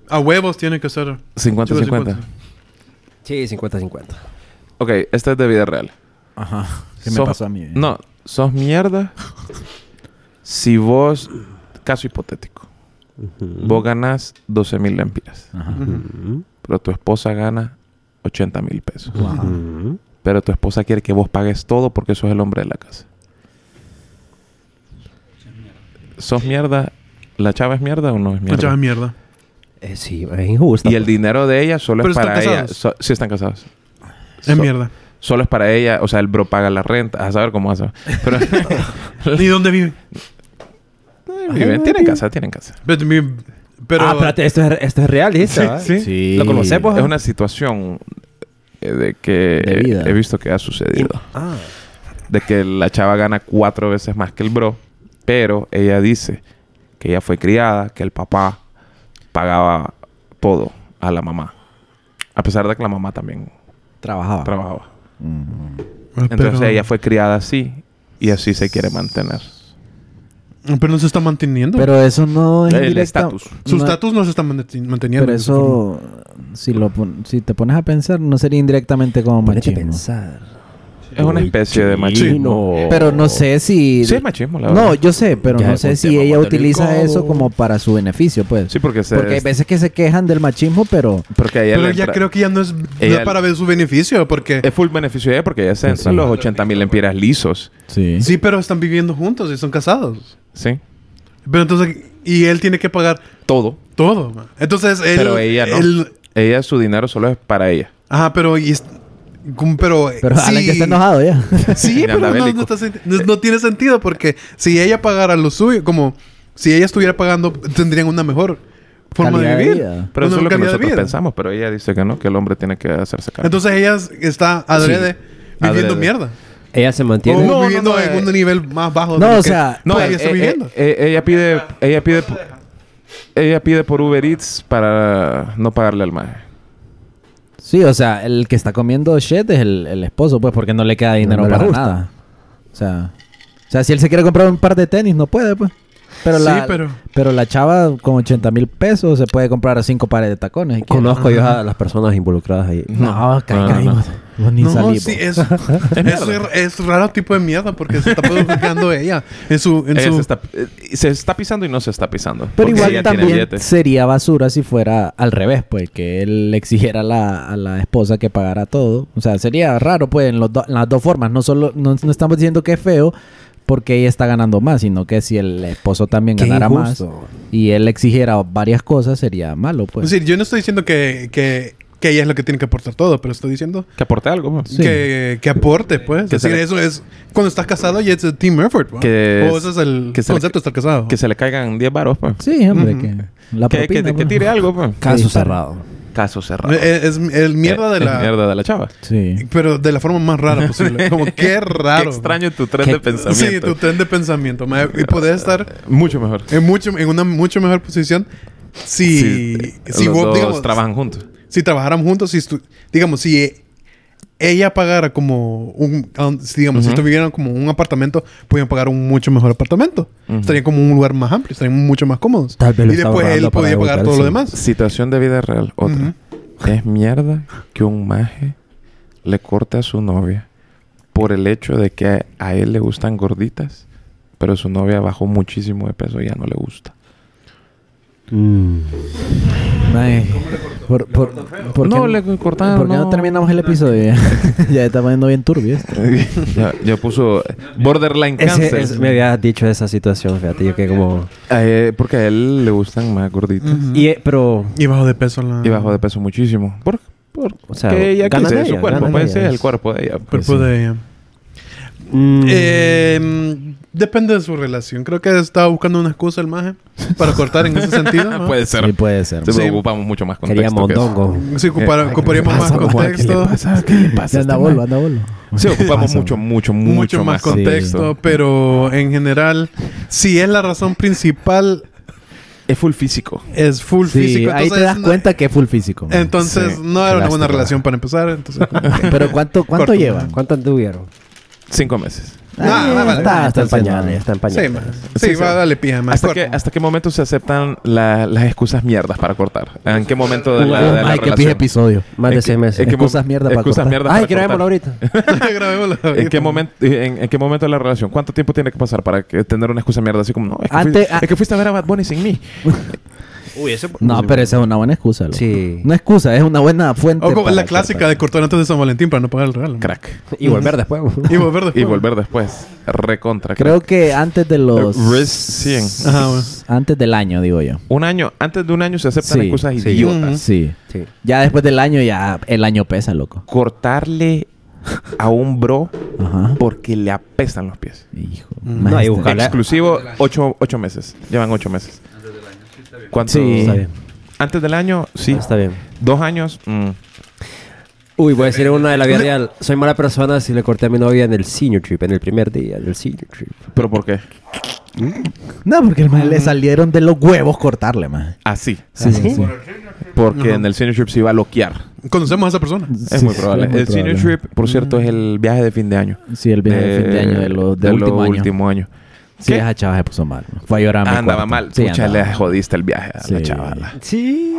Speaker 3: a huevos tiene que ser...
Speaker 1: 50-50.
Speaker 2: Sí, 50-50.
Speaker 1: Ok, esta es de vida real.
Speaker 4: Ajá. ¿Qué me
Speaker 1: Sos-
Speaker 4: pasó a mí? eh?
Speaker 1: No, sos mierda si vos, caso hipotético, vos ganas 12 mil lempiras,
Speaker 4: Ajá.
Speaker 1: pero tu esposa gana 80 mil pesos.
Speaker 4: Ajá.
Speaker 1: Pero tu esposa quiere que vos pagues todo porque sos el hombre de la casa. ¿Sos mierda? ¿La chava es mierda o no es
Speaker 3: Mucha
Speaker 1: mierda?
Speaker 3: mierda.
Speaker 2: Eh, sí, es injusto.
Speaker 1: Y el dinero de ella solo es
Speaker 3: Pero
Speaker 1: para
Speaker 3: están
Speaker 1: ella.
Speaker 3: casados.
Speaker 1: So- sí, están casados.
Speaker 3: Es
Speaker 1: So-
Speaker 3: mierda.
Speaker 1: Solo es para ella. O sea, el bro paga la renta. A saber cómo hace. Pero...
Speaker 3: ¿Y dónde vive?
Speaker 1: Viven- tienen casa, tienen casa.
Speaker 3: Pero mi- Pero
Speaker 2: ah, espérate, esto es, esto es realista.
Speaker 3: Sí,
Speaker 2: ¿va?
Speaker 3: sí.
Speaker 4: Ah, Sí.
Speaker 2: Lo conocemos.
Speaker 1: Es una situación eh, de que
Speaker 4: De vida.
Speaker 1: he visto que ha sucedido.
Speaker 2: Ah.
Speaker 1: De que la chava gana cuatro veces más que el bro, pero ella dice que ella fue criada, que el papá pagaba todo a la mamá. A pesar de que la mamá también
Speaker 4: Trabajaba.
Speaker 1: trabajaba.
Speaker 4: Mm.
Speaker 1: Entonces
Speaker 3: Ah, pero-
Speaker 1: ella fue criada así y así se quiere mantener.
Speaker 3: Pero no se está manteniendo.
Speaker 4: Pero eso no es
Speaker 1: El
Speaker 4: indirecta-
Speaker 1: estatus.
Speaker 3: Su
Speaker 4: no-
Speaker 3: estatus no se está manti- manteniendo.
Speaker 4: Pero eso, si, lo pon- si te pones a pensar, no sería indirectamente como
Speaker 2: Ponete a
Speaker 4: machismo.
Speaker 2: pensar.
Speaker 1: Es una especie de machismo.
Speaker 4: Pero no sé si...
Speaker 1: Sí, es machismo, la
Speaker 4: No,
Speaker 1: verdad.
Speaker 4: yo sé, pero
Speaker 2: Ya,
Speaker 4: no sé
Speaker 2: pues, te
Speaker 4: si
Speaker 2: vamos
Speaker 4: ella
Speaker 2: a tener
Speaker 4: utiliza
Speaker 2: codo.
Speaker 4: eso como para su beneficio, pues.
Speaker 1: Sí, porque se.
Speaker 4: Porque hay veces que se quejan del machismo, pero...
Speaker 1: porque a ella
Speaker 3: Pero
Speaker 1: le
Speaker 3: ya
Speaker 1: entra-
Speaker 3: creo que ya no es, no
Speaker 1: Ella- Eh,
Speaker 3: es para ver su beneficio, porque...
Speaker 1: Es full beneficio de ella porque ella se entra los 80 mil empiras lisos.
Speaker 4: Sí.
Speaker 3: Sí, pero están viviendo juntos y son casados.
Speaker 1: Sí.
Speaker 3: Pero entonces... Y él tiene que pagar
Speaker 1: Todo.
Speaker 3: todo, man. Entonces él...
Speaker 1: pero ella no.
Speaker 3: él-
Speaker 1: Ella, su dinero solo es para ella.
Speaker 3: ajá, pero... y es- cum- pero...
Speaker 4: Pero
Speaker 3: sí,
Speaker 4: Alan ya está enojado ya.
Speaker 3: Sí,
Speaker 1: Ya
Speaker 3: pero
Speaker 1: anda
Speaker 3: no, no
Speaker 1: bélico.
Speaker 3: está sen- no- no tiene sentido porque si ella pagara lo suyo, como... Si ella estuviera pagando, tendrían una mejor forma
Speaker 4: Calidad
Speaker 3: de
Speaker 4: de
Speaker 3: vivir.
Speaker 4: vida.
Speaker 1: Pero
Speaker 3: Una
Speaker 1: eso es lo que
Speaker 3: calidad de
Speaker 1: nosotros
Speaker 3: vida.
Speaker 1: pensamos. Pero ella dice que no, que el hombre tiene que hacerse cargo.
Speaker 3: Entonces ella está adrede
Speaker 1: Sí,
Speaker 3: viviendo
Speaker 1: adrede.
Speaker 3: mierda.
Speaker 2: Ella se
Speaker 3: O
Speaker 2: mantiene.
Speaker 1: No, no,
Speaker 3: viviendo
Speaker 1: no,
Speaker 3: en
Speaker 1: eh,
Speaker 3: un nivel más bajo
Speaker 4: no,
Speaker 3: de lo
Speaker 4: o
Speaker 3: que
Speaker 4: sea,
Speaker 1: no,
Speaker 3: todavía
Speaker 1: eh,
Speaker 3: está
Speaker 1: eh,
Speaker 3: viviendo.
Speaker 1: eh, eh, ella pide. Ella pide. Ella pide por Uber Eats para no pagarle al maje.
Speaker 4: Sí, o sea, el que está comiendo shit es el, el esposo, pues, porque no le queda dinero
Speaker 2: No le
Speaker 4: para
Speaker 2: gusta.
Speaker 4: nada. O sea, o sea, si él se quiere comprar un par de tenis, no puede, pues. Pero
Speaker 3: Sí,
Speaker 4: la,
Speaker 3: pero-
Speaker 4: pero... la chava con 80 mil pesos se puede comprar cinco pares de tacones. si quiere.
Speaker 2: Conozco yo a las personas involucradas ahí.
Speaker 4: Oh. No, ca-
Speaker 1: No, no,
Speaker 4: caímos. Vos ni
Speaker 3: no,
Speaker 4: salimos.
Speaker 3: sí, es, es, es raro tipo de mierda porque se está perjudicando ella en su... En
Speaker 1: Ella
Speaker 3: su
Speaker 1: se, está, eh, se está pisando y no se está pisando.
Speaker 4: Pero
Speaker 1: porque
Speaker 4: igual
Speaker 1: ella tiene
Speaker 4: también
Speaker 1: billete.
Speaker 4: sería basura si fuera al revés, pues, que él le exigiera a la, a la esposa que pagara todo. O sea, sería raro, pues, en, los do- en las dos formas. No solo, no, no estamos diciendo que es feo porque ella está ganando más, sino que si el esposo también
Speaker 2: Qué
Speaker 4: ganara
Speaker 2: injusto.
Speaker 4: más y él le exigiera varias cosas, sería malo,
Speaker 3: es
Speaker 4: pues.
Speaker 3: decir, yo no estoy diciendo que, que, que ella es lo que tiene que aportar todo, pero estoy diciendo
Speaker 1: Que aporte algo. pues.
Speaker 4: Sí.
Speaker 3: que, que aporte, pues.
Speaker 1: Que
Speaker 3: es decir,
Speaker 1: se le-
Speaker 3: eso es... Cuando estás casado ya es a team effort, ¿no?
Speaker 1: Que
Speaker 3: O
Speaker 1: es-
Speaker 3: ese es el
Speaker 1: que se le-
Speaker 3: concepto de estar casado.
Speaker 1: Que se le caigan 10 varos. Pues.
Speaker 4: Sí, hombre,
Speaker 3: Ujú.
Speaker 4: que la
Speaker 1: que, que-
Speaker 4: propina,
Speaker 1: que
Speaker 4: pues.
Speaker 1: tire algo. Pues.
Speaker 2: Caso
Speaker 4: Sí, claro.
Speaker 2: cerrado.
Speaker 1: Caso cerrado.
Speaker 3: Eh, es, el mierda de
Speaker 1: Eh,
Speaker 3: la...
Speaker 1: es mierda de la chava.
Speaker 4: Sí.
Speaker 3: Pero de la forma más rara posible. Como qué raro.
Speaker 1: Qué extraño tu tren de pensamiento.
Speaker 3: Sí, tu tren de pensamiento. ma. Y podés estar...
Speaker 1: Mucho mejor.
Speaker 3: en, mucho, en una mucho mejor posición si, si
Speaker 1: los
Speaker 3: vos,
Speaker 1: dos
Speaker 3: digamos,
Speaker 1: trabajan juntos.
Speaker 3: si trabajaran juntos, si estu- digamos, si eh, ella pagara como un, um, si, digamos, si
Speaker 1: Ujú.
Speaker 3: tuvieran como un apartamento, podían pagar un mucho mejor apartamento.
Speaker 1: Ujú.
Speaker 3: Estarían como en un lugar más amplio, estarían mucho más cómodos.
Speaker 2: Tal vez lo
Speaker 3: y
Speaker 2: estaba
Speaker 3: después
Speaker 2: ahorrando
Speaker 3: él podía
Speaker 2: para
Speaker 3: pagar todo lo demás.
Speaker 1: Situación de vida real. Otra. Es mierda que un maje le corte a su novia por el hecho de que a, a él le gustan gorditas, pero su novia bajó muchísimo de peso y ya no le gusta.
Speaker 4: Ay, por, por, ¿por qué
Speaker 1: No, le cortaron,
Speaker 4: ¿Por qué no,
Speaker 1: no.
Speaker 4: terminamos el episodio? ya está poniendo bien turbio esto.
Speaker 1: ya, ya puso borderline
Speaker 2: Ese,
Speaker 1: cáncer.
Speaker 2: ese- me habías dicho esa situación, fíjate. Yo que como.
Speaker 1: Eh, porque a él le gustan más gorditas.
Speaker 2: Y, eh, pero.
Speaker 3: Y bajo de peso la...
Speaker 1: Y bajó de peso muchísimo. ¿Por, por
Speaker 2: O sea,
Speaker 1: que ella
Speaker 2: ganan
Speaker 1: quise
Speaker 2: ellas,
Speaker 1: su cuerpo.
Speaker 2: ganan
Speaker 1: Puede ser
Speaker 2: ellas.
Speaker 1: el cuerpo de ella. Pues
Speaker 3: cuerpo
Speaker 2: Sí.
Speaker 3: de ella.
Speaker 2: mm,
Speaker 3: Eh, depende de su relación. Creo que estaba buscando una excusa el maje para cortar en ese sentido. ¿no?
Speaker 1: Puede ser.
Speaker 4: Sí, puede ser.
Speaker 1: Se
Speaker 3: Sí.
Speaker 1: preocupamos mucho más con
Speaker 2: quería mondongo.
Speaker 3: Sí, ocupar-
Speaker 1: eh,
Speaker 3: ocuparíamos más contexto.
Speaker 4: Ya
Speaker 2: este
Speaker 4: anda bolo, anda bolo.
Speaker 1: Sí, ocupamos
Speaker 4: Pasa,
Speaker 1: mucho, mucho, mucho,
Speaker 3: mucho más contexto, pero en general, si es la razón principal,
Speaker 1: Es full físico.
Speaker 3: es full
Speaker 4: Sí,
Speaker 3: físico.
Speaker 4: ahí te
Speaker 3: entonces
Speaker 4: das
Speaker 3: no-
Speaker 4: cuenta que es full físico. man.
Speaker 3: Entonces,
Speaker 1: Sí,
Speaker 3: no era una buena
Speaker 4: lástima.
Speaker 3: relación para empezar. Entonces, como que-
Speaker 4: Pero ¿cuánto, cuánto
Speaker 3: Corto.
Speaker 4: lleva?
Speaker 2: ¿Cuántas tuvieron?
Speaker 1: Cinco meses.
Speaker 3: Ah,
Speaker 4: Ah, está,
Speaker 3: vale,
Speaker 4: eh. está en
Speaker 2: pañales.
Speaker 4: pañales.
Speaker 2: Está en
Speaker 3: sí,
Speaker 2: pañales.
Speaker 3: ma.
Speaker 1: Sí, sí.
Speaker 3: sí, va, dale pija, más
Speaker 1: ¿Hasta qué, ¿Hasta qué momento se aceptan la- las excusas mierdas para cortar? ¿En qué momento de la, de la
Speaker 4: Ay, qué pije
Speaker 1: relación?
Speaker 4: episodio.
Speaker 2: Más de
Speaker 1: Es que-
Speaker 2: seis meses.
Speaker 1: es que mo-
Speaker 4: Excusas mierda para
Speaker 1: excusas
Speaker 4: cortar.
Speaker 1: mierda
Speaker 2: Ay,
Speaker 1: para
Speaker 2: grabémoslo
Speaker 1: cortar.
Speaker 2: ahorita.
Speaker 1: ¿En qué, momento, en, en qué momento de la relación? ¿Cuánto tiempo tiene que pasar para que tener una excusa mierda así como, no, es que,
Speaker 4: Antes-
Speaker 1: fui- es que fuiste a ver a Bad Bunny sin mí? Uy, ese...
Speaker 4: No, pero esa es una buena excusa. loco.
Speaker 2: Sí.
Speaker 4: No excusa, es una buena fuente.
Speaker 3: O como la
Speaker 4: para
Speaker 3: clásica
Speaker 4: cortar.
Speaker 3: de cortar antes de San Valentín para no pagar el regalo.
Speaker 1: Crack.
Speaker 2: Y volver después.
Speaker 3: Y volver después.
Speaker 1: Y volver después. Recontra.
Speaker 4: Creo que antes de los...
Speaker 1: Recién.
Speaker 3: Ajá, bueno.
Speaker 4: Antes del año, digo yo.
Speaker 1: Un año, antes de un año se aceptan
Speaker 4: Sí, Mm.
Speaker 1: excusas
Speaker 2: sí.
Speaker 3: Mm,
Speaker 1: idiotas.
Speaker 4: Sí.
Speaker 2: Sí.
Speaker 4: Ya después del año, ya el año pesa, loco.
Speaker 1: Cortarle a un bro
Speaker 4: Ajá.
Speaker 1: porque le apestan los pies.
Speaker 4: Hijo.
Speaker 3: Mm.
Speaker 4: maestra.
Speaker 2: No, y buscar- Ojalá.
Speaker 1: Exclusivo, ocho, ocho meses. Llevan ocho meses. ¿Cuánto?
Speaker 4: Sí.
Speaker 2: Está bien. Ah,
Speaker 1: Antes del año, sí.
Speaker 2: Está bien.
Speaker 1: Dos años, mm.
Speaker 2: Uy, voy a decir una de la vida real. Soy mala persona si le corté a mi novia en el senior trip, en el primer día del senior trip.
Speaker 1: pero ¿por qué?
Speaker 4: No, porque el man le salieron de los huevos cortarle, man.
Speaker 1: Así.
Speaker 4: Sí, sí.
Speaker 1: Porque en el senior trip se iba a loquear.
Speaker 3: Conocemos a esa persona.
Speaker 1: Es muy probable. el senior trip, por cierto, es el viaje de fin de año.
Speaker 4: Mm.
Speaker 1: Eh,
Speaker 4: Sí, el viaje de fin de año, de lo- del
Speaker 1: de
Speaker 4: último año.
Speaker 1: último año.
Speaker 4: Sí,
Speaker 1: ¿Qué?
Speaker 4: esa chava se puso mal. man. Fue a llorar. a mi
Speaker 1: Andaba
Speaker 4: cuarto.
Speaker 1: mal.
Speaker 4: Sí,
Speaker 1: Pucha,
Speaker 4: andaba
Speaker 1: le jodiste el viaje a la
Speaker 4: Sí.
Speaker 1: chavala.
Speaker 2: Sí,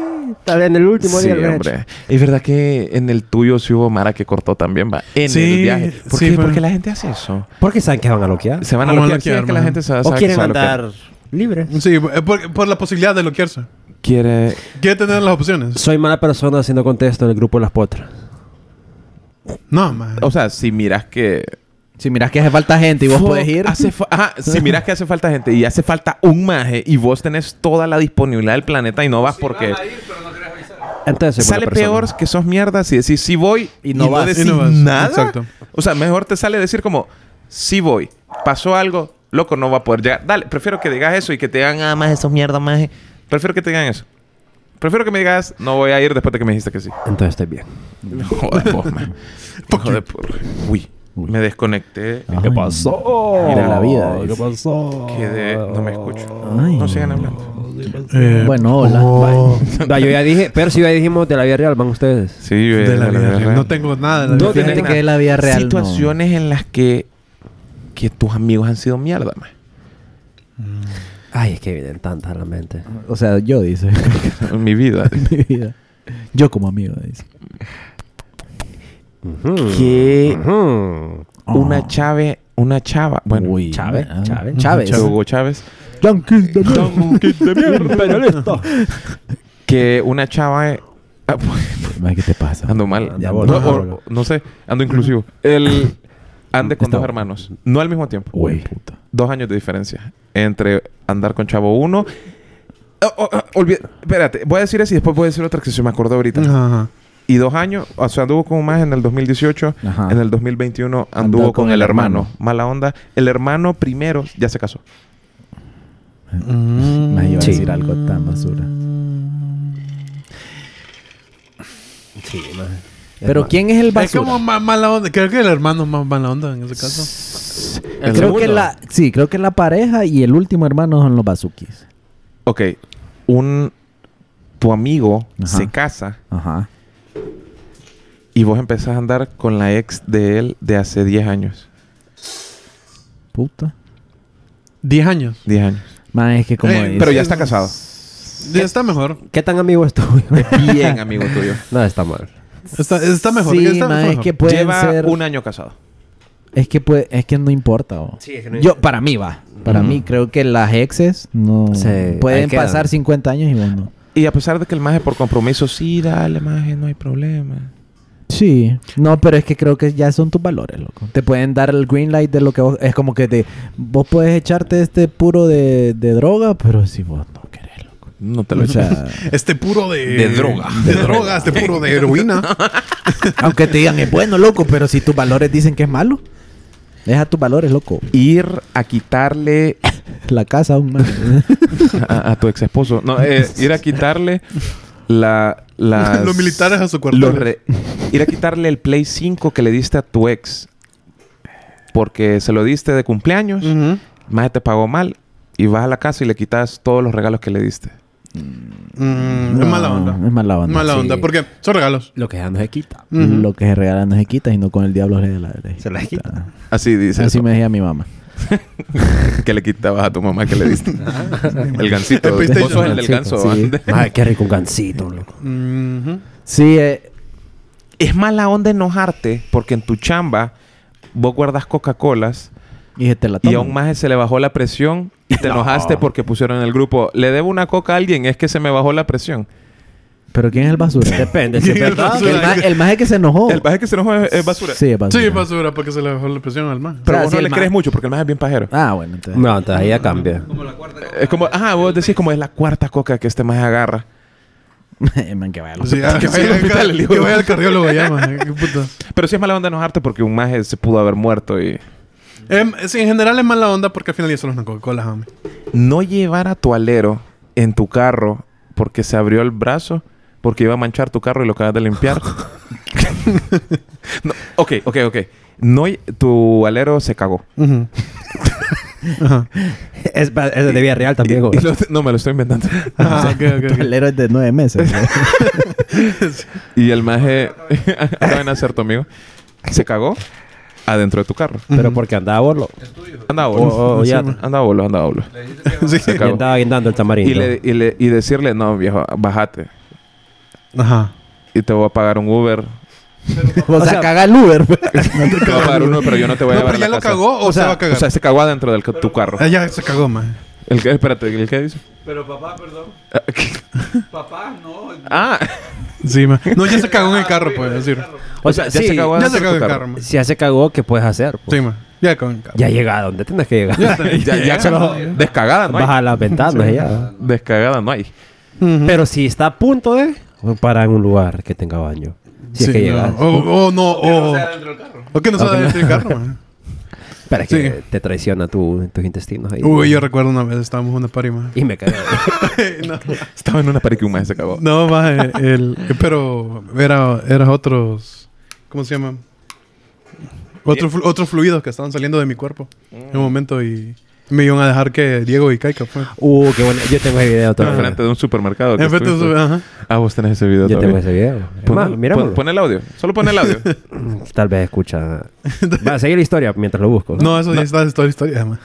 Speaker 2: tal vez en el último
Speaker 1: Sí,
Speaker 2: día. del ranch.
Speaker 1: hombre. Es verdad que en el tuyo sí hubo Mara que cortó también, va. En
Speaker 3: Sí,
Speaker 1: el viaje. ¿Por,
Speaker 3: sí,
Speaker 1: qué?
Speaker 3: fue-
Speaker 1: ¿Por qué la gente hace eso?
Speaker 2: ¿Por qué saben que van a loquear?
Speaker 1: Se van a
Speaker 3: No van a
Speaker 1: loquear. Sí, es
Speaker 3: loquear,
Speaker 1: que la
Speaker 3: man.
Speaker 1: gente se va a
Speaker 2: ¿O
Speaker 1: saber que
Speaker 2: quieren
Speaker 1: se va a loquear.
Speaker 2: andar libres?
Speaker 3: Sí, eh, por, por la posibilidad de bloquearse.
Speaker 1: Quiere...
Speaker 3: Quiere tener las opciones.
Speaker 2: Soy mala persona haciendo contexto en el grupo Las Potras.
Speaker 3: No, man.
Speaker 1: O sea, si miras que...
Speaker 4: Si miras que hace falta gente y vos
Speaker 1: Fuck,
Speaker 4: puedes ir.
Speaker 1: hace fa- Ajá, si miras que hace falta gente y hace falta un maje y vos tenés toda la disponibilidad del planeta y no vas porque...
Speaker 2: Entonces, soy mala
Speaker 1: Sale
Speaker 2: persona.
Speaker 1: peor que sos mierda si decís sí voy
Speaker 4: Y
Speaker 1: y
Speaker 4: no
Speaker 1: no,
Speaker 4: vas.
Speaker 1: decís
Speaker 3: Y no vas.
Speaker 1: nada.
Speaker 3: Exacto.
Speaker 1: O sea, mejor te sale decir como sí voy, pasó algo, loco, no va a poder llegar. Dale, prefiero que digas eso y que te digan, ah, más esos mierda, más. Prefiero que te digan eso. Prefiero que me digas, no voy a ir después de que me dijiste que sí.
Speaker 2: Entonces estoy bien.
Speaker 1: Joder, vos, man. Joder, por- Uy, me desconecté.
Speaker 4: Ay, Mira la vida. es-
Speaker 1: Quedé, no me escucho.
Speaker 4: Ay.
Speaker 1: No sigan hablando.
Speaker 3: Eh,
Speaker 4: Bueno, hola.
Speaker 3: oh,
Speaker 2: Va, yo ya dije, pero si ya dijimos de la vida real, van ustedes.
Speaker 1: Sí, yo
Speaker 3: de la vida real.
Speaker 1: real.
Speaker 3: No tengo nada de la
Speaker 4: No
Speaker 3: vida
Speaker 1: Eh, No
Speaker 4: Fíjate
Speaker 1: tenés
Speaker 4: que la vida real no.
Speaker 1: Situaciones en las que, que tus amigos han sido mierda, man.
Speaker 2: Ay, es que vienen tantas a la mente.
Speaker 4: O sea, yo dice.
Speaker 1: En mi vida.
Speaker 4: mi vida. Yo como amigo dice.
Speaker 1: que
Speaker 2: Ujú.
Speaker 1: una chave, una chava, bueno,
Speaker 4: Oh. Uy,
Speaker 2: Chávez,
Speaker 4: ah,
Speaker 2: Chávez.
Speaker 4: Chávez.
Speaker 1: Chavo Hugo Chávez,
Speaker 4: Yankees de mierda.
Speaker 1: que una chava eh, ah, pues,
Speaker 4: Man, ¿Qué te pasa?
Speaker 1: ando mal,
Speaker 2: Anda
Speaker 1: no,
Speaker 2: bola, anda
Speaker 1: o-
Speaker 2: bola.
Speaker 1: o- no sé, ando inclusivo. El ande con
Speaker 4: Está-
Speaker 1: dos hermanos, no al mismo tiempo,
Speaker 4: Güey, puta.
Speaker 1: dos años de diferencia entre andar con chavo uno. Oh, oh, oh, olvi- espérate, voy a decir eso y después voy a decir otra que se me acordó ahorita.
Speaker 3: Ajá, ajá.
Speaker 1: Y dos años, o sea, anduvo con más en el 2018,
Speaker 4: Ajá.
Speaker 1: en el 2021
Speaker 4: Andó
Speaker 1: anduvo
Speaker 4: con
Speaker 1: con,
Speaker 4: el
Speaker 1: el hermano.
Speaker 4: hermano.
Speaker 1: Mala onda. El hermano primero ya se casó.
Speaker 4: Me iba a
Speaker 2: Sí.
Speaker 4: decir algo tan basura.
Speaker 2: Sí, man.
Speaker 4: Pero ¿quién es el
Speaker 3: Es
Speaker 4: basura?
Speaker 3: como más mala onda. Creo que el hermano es más mala onda en ese caso.
Speaker 1: El
Speaker 4: creo que
Speaker 1: segundo.
Speaker 4: la, sí, creo que la pareja y el último hermano son los bazukis.
Speaker 1: Ok. Un... Tu amigo
Speaker 4: Ajá.
Speaker 1: se casa
Speaker 4: Ajá.
Speaker 1: y vos empezás a andar con la ex de él de hace 10 años.
Speaker 4: Puta.
Speaker 3: 10 años.
Speaker 1: 10 años.
Speaker 4: Man, es que como
Speaker 3: Eh,
Speaker 4: dice-
Speaker 1: Pero ya está casado.
Speaker 3: Ya está mejor.
Speaker 2: ¿Qué tan amigo es tuyo?
Speaker 1: Bien, amigo tuyo.
Speaker 2: no, está mal.
Speaker 3: Está, está mejor.
Speaker 4: Sí,
Speaker 3: ya está
Speaker 4: man, es
Speaker 3: mejor.
Speaker 4: que pueden
Speaker 1: Lleva
Speaker 4: ser
Speaker 1: un año casado.
Speaker 4: es que puede, es que no importa. bo.
Speaker 2: Sí, es que no-
Speaker 4: Yo para mí va. Para
Speaker 1: Ujú.
Speaker 4: mí creo que las exes no
Speaker 2: Se- ahí
Speaker 4: pueden
Speaker 2: quedan.
Speaker 4: pasar 50 años y vos no.
Speaker 1: Y a pesar de que el maje por compromiso, sí, dale, maje, no hay problema.
Speaker 4: Sí, no, pero es que creo que ya son tus valores, loco. Te pueden dar el green light de lo que vos. Es como que te, vos puedes echarte este puro de, de droga, pero si vos no querés, loco.
Speaker 1: No te lo
Speaker 4: O
Speaker 1: echas.
Speaker 4: sea,
Speaker 3: Este puro de...
Speaker 1: De droga.
Speaker 3: De droga. Este puro de heroína.
Speaker 4: aunque te digan es bueno, loco, pero si tus valores dicen que es malo, deja tus valores, loco.
Speaker 1: Ir a quitarle
Speaker 4: La casa aún más.
Speaker 1: a, a tu ex esposo. No, eh, ir a quitarle la, las-
Speaker 3: Los militares a su cuartel.
Speaker 1: los re- ir a quitarle el Play 5 que le diste a tu ex. Porque se lo diste de cumpleaños,
Speaker 3: Ujú.
Speaker 1: más te pagó mal. Y vas a la casa y le quitas todos los regalos que le diste.
Speaker 3: Mm,
Speaker 4: No,
Speaker 3: es mala onda.
Speaker 4: Es mala onda.
Speaker 3: Mala
Speaker 4: sí.
Speaker 3: onda. Porque son regalos.
Speaker 2: Lo que ya no se quita.
Speaker 3: Ujú.
Speaker 4: Lo que se regalan no se quita, sino con el diablo se la Se la quita.
Speaker 1: Así dice.
Speaker 4: Así
Speaker 1: eso.
Speaker 4: me decía mi mamá.
Speaker 1: Que le quitabas a tu mamá que le diste. el gansito.
Speaker 3: Ah. El
Speaker 1: Vos
Speaker 3: PlayStation.
Speaker 1: sos el del ganso.
Speaker 4: Sí.
Speaker 1: ¿va?
Speaker 2: Ay, qué rico un gancito, loco.
Speaker 3: Ujú.
Speaker 4: Sí, eh,
Speaker 1: Es mala onda enojarte porque en tu chamba vos guardas Coca-Colas
Speaker 4: y se te la
Speaker 1: Y
Speaker 4: toman.
Speaker 1: a un maje se le bajó la presión y te enojaste porque pusieron en el grupo. Le debo una coca a alguien, es que se me bajó la presión.
Speaker 4: Pero ¿quién es el basura?
Speaker 2: Depende,
Speaker 3: si
Speaker 2: si
Speaker 3: es
Speaker 2: es
Speaker 3: Llega el verdad.
Speaker 2: verdad.
Speaker 3: basura.
Speaker 4: El, ma- el maje que se enojó.
Speaker 1: El maje que se enojó es, es basura.
Speaker 4: Oh. Sí, es basura.
Speaker 3: Sí, basura. Porque se le bajó la presión al man.
Speaker 1: Pero
Speaker 4: O sea,
Speaker 1: vos
Speaker 4: si
Speaker 1: no
Speaker 4: el
Speaker 1: le
Speaker 4: ma-
Speaker 1: crees mucho porque el maje es bien pajero.
Speaker 4: Ah, bueno, entonces.
Speaker 2: No, entonces ahí ya cambia.
Speaker 1: Es como, ah, vos decís como es la cuarta coca que este maje agarra.
Speaker 4: El man, que vaya a la-
Speaker 3: Sí, ah,
Speaker 1: Que
Speaker 3: sí,
Speaker 1: vaya al
Speaker 3: que-
Speaker 1: hospital, el hijo
Speaker 3: Que
Speaker 1: de-
Speaker 3: vaya al cardiólogo ya, man. Qué puta.
Speaker 1: Pero sí es mala onda enojarte porque un maje se pudo haber muerto y...
Speaker 3: Em, sí, en general es mala onda porque al final ya solo es una Coca-Cola, hombre.
Speaker 1: No llevar a tu alero en tu carro porque se abrió el brazo, porque iba a manchar tu carro y lo acabas de limpiar. No, ok, ok, ok. No, y- tu alero se cagó.
Speaker 3: Ujú. Ajá.
Speaker 2: Es, pa- es de vía real también, güey.
Speaker 1: Y lo- no, me lo estoy inventando.
Speaker 3: Ah, ok, ok, ok.
Speaker 4: Tolero es de nueve meses. güey.
Speaker 1: Y el maje, acaban de hacer tu amigo, se cagó adentro de tu carro.
Speaker 2: Pero porque andaba borlo.
Speaker 1: Anda a
Speaker 2: O- o ya-
Speaker 1: Anda a bolo, anda a bolo.
Speaker 3: Sí.
Speaker 1: Se
Speaker 2: Y
Speaker 1: cagó.
Speaker 2: andaba guindando el tamarindo.
Speaker 1: Y, le- y le- y decirle, no, viejo, bájate.
Speaker 3: Ajá.
Speaker 1: Y te voy a pagar un Uber.
Speaker 4: O sea, caga el Uber. pues. güey.
Speaker 1: Te voy a pagar un Uber, pero yo no te voy a
Speaker 3: No,
Speaker 1: llevar
Speaker 3: pero
Speaker 1: a la
Speaker 3: ya lo
Speaker 1: casa.
Speaker 3: cagó o, se va a
Speaker 1: O
Speaker 3: cagar.
Speaker 1: sea, se cagó adentro del ca- tu carro.
Speaker 3: Ah, ya se cagó, man.
Speaker 1: El que, espérate, ¿el que dice? Ah, Pero papá, perdón. papá, no.
Speaker 3: Sí, man. No, ya se cagó en el carro, pues. decir.
Speaker 2: o sea,
Speaker 1: ya
Speaker 2: sí,
Speaker 1: se cagó.
Speaker 3: Ya
Speaker 1: adentro
Speaker 3: se
Speaker 1: de
Speaker 3: cagó en
Speaker 1: tu
Speaker 3: el
Speaker 1: carro.
Speaker 3: carro, man.
Speaker 2: si ya se cagó, ¿qué puedes hacer? pues?
Speaker 3: Sí, man. Ya se cagó en el carro.
Speaker 2: Ya llega a donde tienes que llegar.
Speaker 1: ya, ya,
Speaker 2: Solo
Speaker 1: se- Descagada no
Speaker 2: baja
Speaker 1: hay.
Speaker 2: las ventanas y ya.
Speaker 1: Descagada no hay.
Speaker 3: Ujú.
Speaker 2: Pero si está a punto de... Para en un lugar que tenga baño. Si es
Speaker 3: Sí,
Speaker 2: que
Speaker 3: no.
Speaker 2: llegas.
Speaker 3: O, o no, o... O que no sea dentro del carro, man.
Speaker 2: Pero es que
Speaker 3: Sí.
Speaker 2: te traiciona tu, tus intestinos ahí.
Speaker 3: Uy, yo recuerdo una vez, estábamos en una party, man.
Speaker 2: Y me cagué.
Speaker 3: no,
Speaker 1: Estaba en una pared que un maje se cagó.
Speaker 3: no man, el, el- Pero era, era otros... ¿Cómo se llaman? Otros flu- otros fluidos que estaban saliendo de mi cuerpo en un momento y... Me iban a dejar que Diego y Kaika fue.
Speaker 2: Uh, qué bueno. Yo tengo ese video todavía.
Speaker 1: Enfrente de un supermercado. que
Speaker 3: Enfrente de su-
Speaker 1: estuviste.
Speaker 3: Ajá.
Speaker 1: Ah, vos tenés ese video
Speaker 2: Yo tengo
Speaker 1: todavía.
Speaker 2: ese video.
Speaker 1: Pon,
Speaker 2: Hermano,
Speaker 1: pon-
Speaker 2: mirémoslo.
Speaker 1: Pues pon el audio. Solo pon el audio.
Speaker 2: mm, Tal vez escucha. Va a seguir la historia mientras lo busco.
Speaker 3: No, eso ya está toda la historia, man.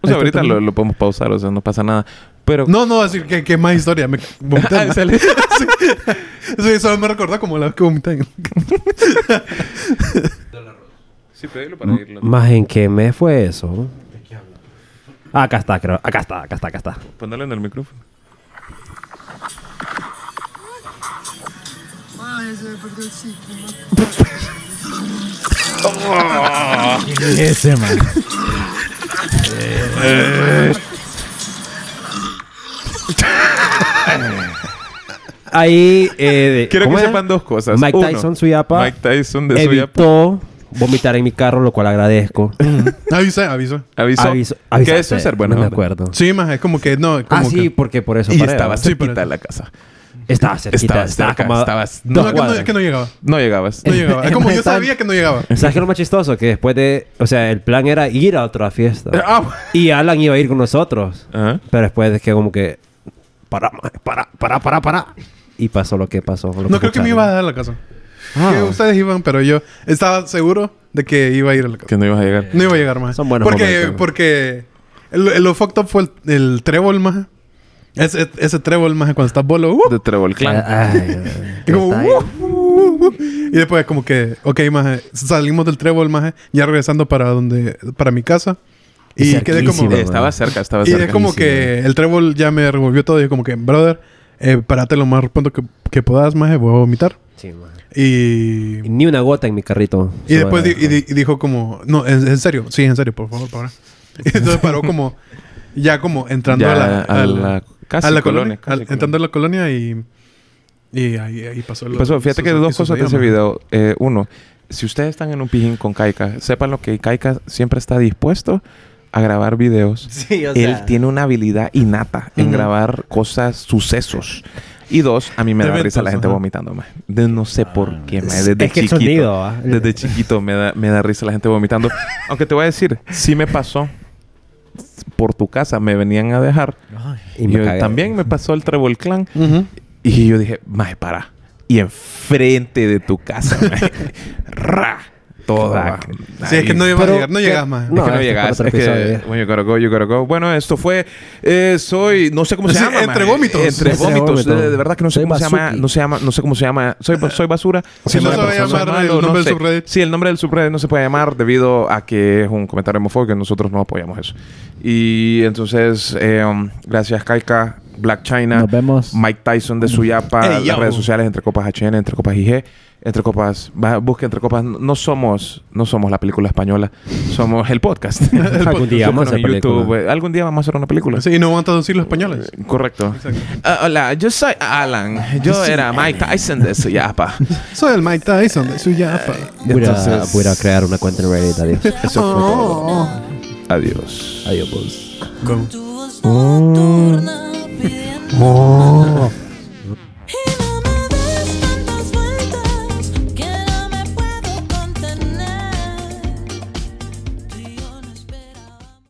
Speaker 1: O sea, ahorita lo, lo podemos pausar, o sea, no pasa nada. Pero.
Speaker 3: No, no, decir que, que más historia. Me vomité,
Speaker 1: Ah,
Speaker 3: man.
Speaker 1: sale-
Speaker 3: Sí, solo me recordó como la vez que vomité.
Speaker 1: Sí, pedilo para irlo.
Speaker 2: Más en qué mes fue eso. Ah, acá está, creo. Acá está, acá está, acá está.
Speaker 1: Ponelo en el micrófono.
Speaker 4: Ese, man.
Speaker 2: Ahí. Eh, de-
Speaker 1: Quiero
Speaker 2: ¿cómo
Speaker 1: que
Speaker 2: era?
Speaker 1: sepan dos cosas.
Speaker 2: Mike
Speaker 1: Uno,
Speaker 2: Tyson, Suyapa.
Speaker 1: Mike Tyson de Suyapa.
Speaker 2: evitó vomitar en mi carro, lo cual agradezco.
Speaker 3: Avisé, avisó.
Speaker 1: Avisó.
Speaker 2: Aviso-
Speaker 1: que
Speaker 2: avisaste,
Speaker 1: eso es ser bueno.
Speaker 2: No me acuerdo.
Speaker 3: Sí, más es como que no. Como
Speaker 2: Ah,
Speaker 3: que-
Speaker 2: sí, porque por eso.
Speaker 1: Y
Speaker 2: paré,
Speaker 1: estaba
Speaker 2: ¿verdad?
Speaker 1: cerquita
Speaker 3: pero-
Speaker 1: de la casa.
Speaker 2: Estaba cerquita.
Speaker 1: Estaba
Speaker 2: Estaba
Speaker 1: cerca,
Speaker 2: como.
Speaker 1: estabas-
Speaker 2: dos
Speaker 3: No, es que no,
Speaker 2: cuadras.
Speaker 3: es que no llegaba.
Speaker 1: No llegabas.
Speaker 3: No llegaba. Es como yo
Speaker 2: Estaba-
Speaker 3: sabía que no llegaba.
Speaker 2: ¿Sabes qué es lo más chistoso? Que después de... O sea, el plan era ir a otra fiesta.
Speaker 3: Eh,
Speaker 1: Ah.
Speaker 2: Y Alan iba a ir con nosotros.
Speaker 1: Ajá.
Speaker 2: Pero después es que como que... Para, ma- para, para, para, para. Y pasó lo que pasó. lo
Speaker 3: No creo que me iba a dar la casa.
Speaker 2: Ah.
Speaker 3: Que ustedes iban, pero yo estaba seguro de que iba a ir a la casa.
Speaker 1: Que no ibas a llegar.
Speaker 3: No iba a llegar más.
Speaker 2: Son buenos
Speaker 3: porque,
Speaker 2: momentos.
Speaker 3: Porque el, el- lo fucked up fue el, el trébol más. Ese, ese trébol más cuando estás bolo. ¡uh!
Speaker 1: De Trevor Clan.
Speaker 2: Ay,
Speaker 3: Y como,
Speaker 2: está
Speaker 3: "Uh, uh, uh, uh". Y después como que, ok, maje, salimos del trébol, maje, ya regresando para donde, para mi casa. Y, quedé como...
Speaker 2: Cerquísimo,
Speaker 1: Eh, estaba cerca, estaba
Speaker 3: y
Speaker 1: cerca.
Speaker 3: es como que el trébol ya me revolvió todo. Y yo como que, brother, eh, párate lo más pronto que, que puedas, maje, voy a vomitar.
Speaker 2: Sí, man.
Speaker 3: Y...
Speaker 2: Y Ni una gota en mi carrito.
Speaker 3: Y después di- y di- y dijo como, no, en, en serio, sí, en serio, por favor, para. Y entonces paró como, ya como entrando
Speaker 1: Ya
Speaker 3: a la,
Speaker 1: a la- casi
Speaker 3: a la
Speaker 1: colonia,
Speaker 3: colonia,
Speaker 1: casi
Speaker 3: al- entrando a la colonia y, y ahí, ahí pasó. lo-
Speaker 1: Pasó, Pues, fíjate que
Speaker 3: sucedió,
Speaker 1: dos cosas de ese
Speaker 3: man.
Speaker 1: video. Eh, uno, si ustedes están en un pijín con Kaika, sepan lo que Kaika siempre está dispuesto a grabar videos.
Speaker 4: Sí, o
Speaker 1: Él tiene una habilidad innata en
Speaker 3: Ujú.
Speaker 1: grabar cosas, sucesos. Y dos, a mí me
Speaker 3: De
Speaker 1: da risa la
Speaker 3: eventos,
Speaker 1: gente
Speaker 3: ajá.
Speaker 1: vomitando más. De- no sé por qué, más.
Speaker 2: Es-
Speaker 1: Desde
Speaker 2: es que el
Speaker 1: chiquito.
Speaker 2: sonido, ah.
Speaker 1: Desde chiquito me da, me da risa la gente vomitando. Aunque te voy a decir, sí me pasó por tu casa, me venían a dejar. Y yo- también me pasó el Trevor Clan.
Speaker 3: Ujú.
Speaker 1: Y yo dije, mae, para. Y enfrente de tu casa, mae, ra, toda.
Speaker 3: Sí, es que no
Speaker 1: ahí.
Speaker 3: iba a
Speaker 2: Pero
Speaker 3: llegar, no
Speaker 2: que-
Speaker 3: llegas más.
Speaker 1: Es que
Speaker 2: No,
Speaker 1: no
Speaker 2: este
Speaker 1: llegas.
Speaker 2: fue
Speaker 1: Es
Speaker 2: otro
Speaker 1: que,
Speaker 2: episodio.
Speaker 1: bueno, yo creo que- yo creo que- Bueno, esto fue. eh, soy. No sé cómo se
Speaker 3: Sí,
Speaker 1: llama.
Speaker 3: entre
Speaker 1: mae.
Speaker 3: vómitos.
Speaker 1: Entre
Speaker 2: Entre
Speaker 1: vómitos.
Speaker 2: vómitos.
Speaker 1: De, de verdad que no sé
Speaker 2: Soy
Speaker 1: cómo se llama.
Speaker 2: Basuki.
Speaker 1: No se llama. No sé cómo se llama. Soy, ba- soy basura.
Speaker 3: Sí,
Speaker 1: Soy
Speaker 3: no
Speaker 1: mala
Speaker 3: se va a
Speaker 1: persona,
Speaker 3: llamar
Speaker 1: soy
Speaker 3: el nombre del
Speaker 1: sé.
Speaker 3: subreddit.
Speaker 1: Sí, el nombre del subreddit no se puede llamar debido a que es un comentario homofóbico y nosotros no apoyamos eso. Y entonces, eh, um, gracias, Kaika. Black China.
Speaker 4: Nos vemos.
Speaker 1: Mike Tyson de Suyapa.
Speaker 3: Ey,
Speaker 1: las
Speaker 3: yo.
Speaker 1: redes sociales entre copas HN, entre copas IG. Entre copas, va, busca entre copas. No somos, no somos la película española, somos el podcast.
Speaker 2: Algún día vamos a hacer
Speaker 1: Búscanos en YouTube,
Speaker 2: película.
Speaker 1: eh, Algún día vamos a hacer una película.
Speaker 2: pues
Speaker 3: Sí, y no van a traducir los españoles.
Speaker 1: Correcto. Ah, hola, yo soy Alan. Yo era Mike Tyson de Suyapa.
Speaker 3: Soy el Mike Tyson de Suyapa.
Speaker 2: Voy a-
Speaker 1: Entonces-
Speaker 2: voy a crear una cuenta en Reddit. Adiós.
Speaker 1: Adiós.
Speaker 3: Oh.
Speaker 2: Adiós, pues.
Speaker 3: ¿Cómo?
Speaker 5: Tu voz nocturna
Speaker 3: Oh.